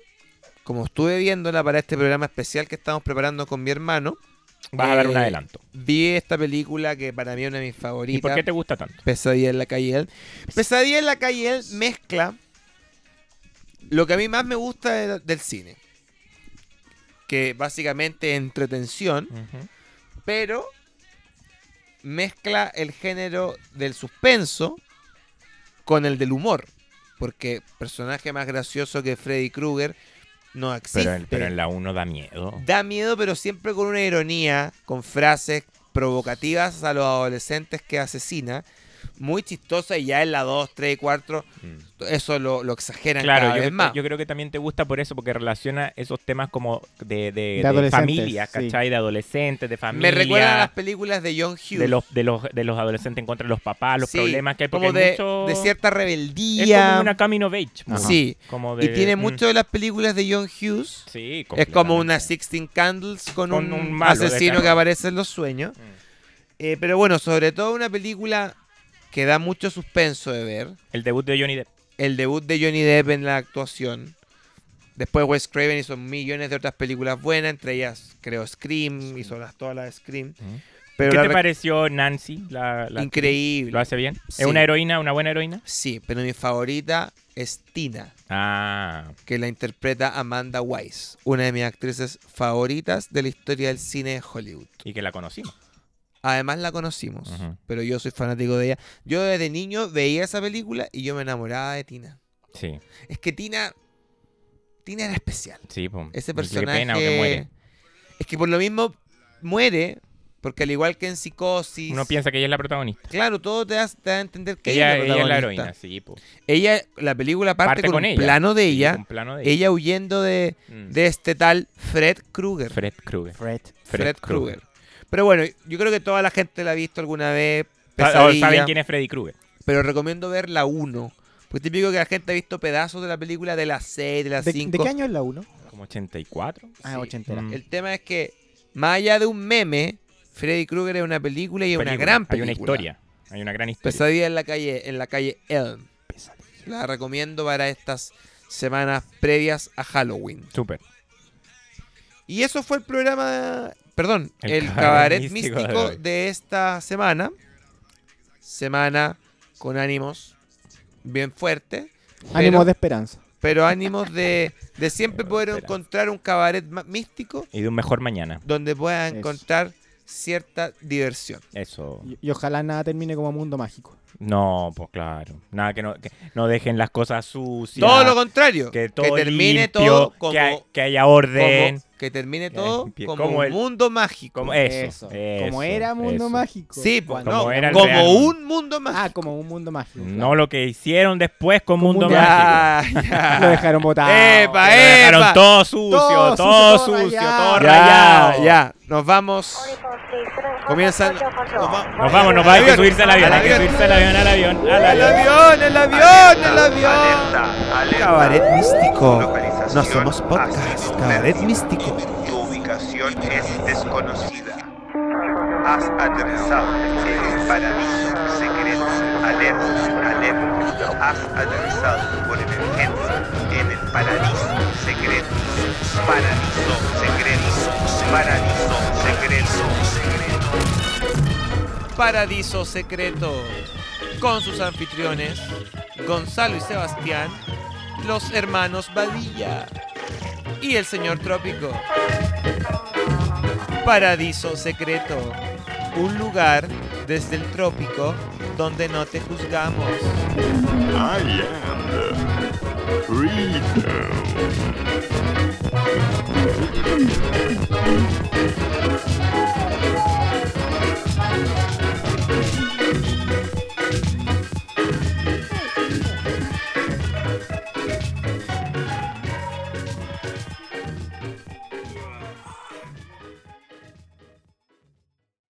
S5: como estuve viéndola para este programa especial que estamos preparando con mi hermano,
S4: Vas a dar un
S5: Eh,
S4: adelanto.
S5: vi esta película que para mí es una de mis
S4: ¿Y por
S5: favoritas.
S4: qué te gusta tanto?
S5: Pesadilla en la calle Elm. Pesadilla en la calle Elm mezcla lo que a mí más me gusta de- del cine. Que básicamente es entretención, pero mezcla el género del suspenso con el del humor. Porque personaje más gracioso que Freddy Krueger no existe.
S4: Pero, en- pero en la 1 da miedo.
S5: Da miedo, pero siempre con una ironía, con frases provocativas a los adolescentes que asesina. Muy chistosa y ya en la 2, 3 y 4
S4: Mm.
S5: eso lo, lo exageran
S4: Claro,
S5: cada
S4: yo,
S5: vez
S4: cre-
S5: más.
S4: yo creo que también te gusta por eso, porque relaciona esos temas como de, de, de,
S6: adolescentes,
S4: familia,
S6: sí.
S4: ¿cachai? De adolescentes, de
S5: Me
S4: familia.
S5: recuerda a las películas de John Hughes.
S4: de los, de, los, de los adolescentes en contra de los papás, los
S5: Sí,
S4: problemas que hay. Porque
S5: como
S4: hay
S5: de,
S4: mucho-
S5: de cierta
S4: Es como
S5: rebeldía.
S4: una camino of age.
S6: Ajá.
S5: Sí.
S4: Como de-
S5: Y tiene
S4: mm,
S5: mucho de las películas de John Hughes.
S4: Sí,
S5: Es como una
S4: completamente.
S5: Sixteen Candles con,
S4: Con
S5: un,
S4: un malo Mm. de
S5: asesino
S4: cara.
S5: que aparece en los sueños. Eh, pero bueno, sobre todo una película que da mucho suspenso de ver.
S4: El debut de Johnny Depp.
S5: El debut de Johnny Depp en la actuación. Después Wes Craven hizo millones de otras películas buenas, entre ellas creo Scream, hizo las, todas las de Scream. Pero
S4: ¿Qué
S5: la
S4: te
S5: re-
S4: pareció Nancy? La, la-
S5: increíble.
S4: ¿Lo hace bien?
S5: Sí.
S4: ¿Es una heroína, una buena heroína?
S5: Sí, pero mi favorita es Tina,
S4: Ah,
S5: que la interpreta Amanda Weiss, una de mis actrices favoritas de la historia del cine de Hollywood.
S4: y que la conocimos.
S5: Además la conocimos,
S4: Ujú.
S5: pero yo soy fanático de ella. Yo desde niño veía esa película y yo me enamoraba de Tina.
S4: Sí,
S5: Es que Tina, Tina era especial.
S4: sí. po.
S5: Ese
S4: Qué
S5: personaje
S4: pena que muere.
S5: es que por lo mismo muere, porque al igual que en Psicosis,
S4: Uno piensa que ella es la protagonista.
S5: claro, todo te da, te da a entender que
S4: Ella,
S5: ella, es la
S4: ella es la
S5: protagonista.
S4: heroína, sí. po.
S5: Ella, la película parte,
S4: Parte
S5: con,
S4: con
S5: un
S4: ella.
S5: plano de
S4: Sí,
S5: ella,
S4: un plano de
S5: ella huyendo de,
S4: Mm.
S5: de este tal Fred Krueger.
S4: Fred Krueger.
S6: Fred.
S5: Fred, Krueger. Pero bueno, yo creo que toda la gente la ha visto alguna vez.
S4: Sa- o
S5: Pesadilla.
S4: Ah, oh, saben quién es Freddy Krueger.
S5: pero recomiendo ver la 1. Pues típico que la gente ha visto pedazos de la película de la 6, de la
S6: ¿De,
S5: 5.
S6: de qué año es la 1?
S4: Como 84.
S6: Ah,
S5: Sí.
S6: ochentera.
S4: Mm.
S5: El tema es que, más allá de un meme, Freddy Krueger es una película y es una gran
S4: Hay
S5: película.
S4: una historia. Hay una gran historia.
S5: Pesadilla en la calle, en la calle Elm. La recomiendo para estas semanas previas a Halloween.
S4: Súper.
S5: Y eso fue el programa, perdón, el,
S4: El
S5: cabaret,
S4: cabaret
S5: místico,
S4: místico
S5: de,
S4: de hoy.
S5: esta semana. Semana con ánimos bien fuertes.
S6: Ánimo de esperanza.
S5: pero ánimos de, de
S4: *laughs*
S5: siempre
S4: Ánimo de
S5: poder
S4: esperanza.
S5: encontrar un cabaret ma- místico
S4: Y de un mejor mañana.
S5: donde puedas
S6: Eso.
S5: encontrar cierta diversión. Oh.
S4: Eso.
S6: Y, y ojalá nada termine como mundo mágico.
S4: No, pues claro. Nada, que no, que no dejen las cosas sucias.
S5: Todo lo contrario,
S4: Que,
S5: que,
S4: todo
S5: termine
S4: limpio,
S5: todo
S4: que
S5: como,
S4: hay- Que, haya
S5: como-
S4: orden.
S5: que termine
S4: que
S5: todo
S4: limpie-
S5: como,
S4: como
S5: un
S4: el-
S5: mundo mágico.
S4: como eso, eso,
S6: como era mundo
S4: eso.
S6: mágico.
S5: sí, pues,
S4: Como
S5: no, como,
S4: era el real.
S5: un mundo
S6: Ah,
S5: mágico.
S6: como un mundo mágico.
S4: No lo que hicieron después con Mundo
S6: Mundo
S4: Mágico.
S5: ya, ya.
S6: *laughs*
S4: *laughs*
S6: Lo dejaron botado.
S5: Epa,
S4: Que lo dejaron
S5: epa.
S4: todo sucio,
S6: Todo
S4: todo,
S6: sucio, todo
S4: sucio,
S6: rayado.
S4: todo
S5: ya,
S4: rayado.
S5: ya. Nos vamos. Comienzan- nos va-
S4: Nos vamos, nos vamos, hay que subirse al avión,
S5: Al
S4: hay que
S5: avión.
S4: subirse al avión, al avión, al
S5: El
S4: avión.
S5: avión, el avión, el avión.
S2: Alerta, alerta.
S5: Cabaret místico.
S2: Localización
S5: No hacemos
S2: ha
S5: podcast.
S2: sido
S5: Cabaret
S2: perdida.
S5: místico.
S2: Tu ubicación es desconocida. Has aterrizado en el paraíso secreto. Alerta, alerta. Has aterrizado por emergencia en el paraíso secreto. Paraíso secreto. Paraíso secreto. secreto.
S5: Paradiso Secreto, con sus anfitriones, Gonzalo y Sebastián, los hermanos Badilla y el señor Trópico. Paradiso Secreto, un lugar desde el trópico donde no te juzgamos.
S3: I am the freedom.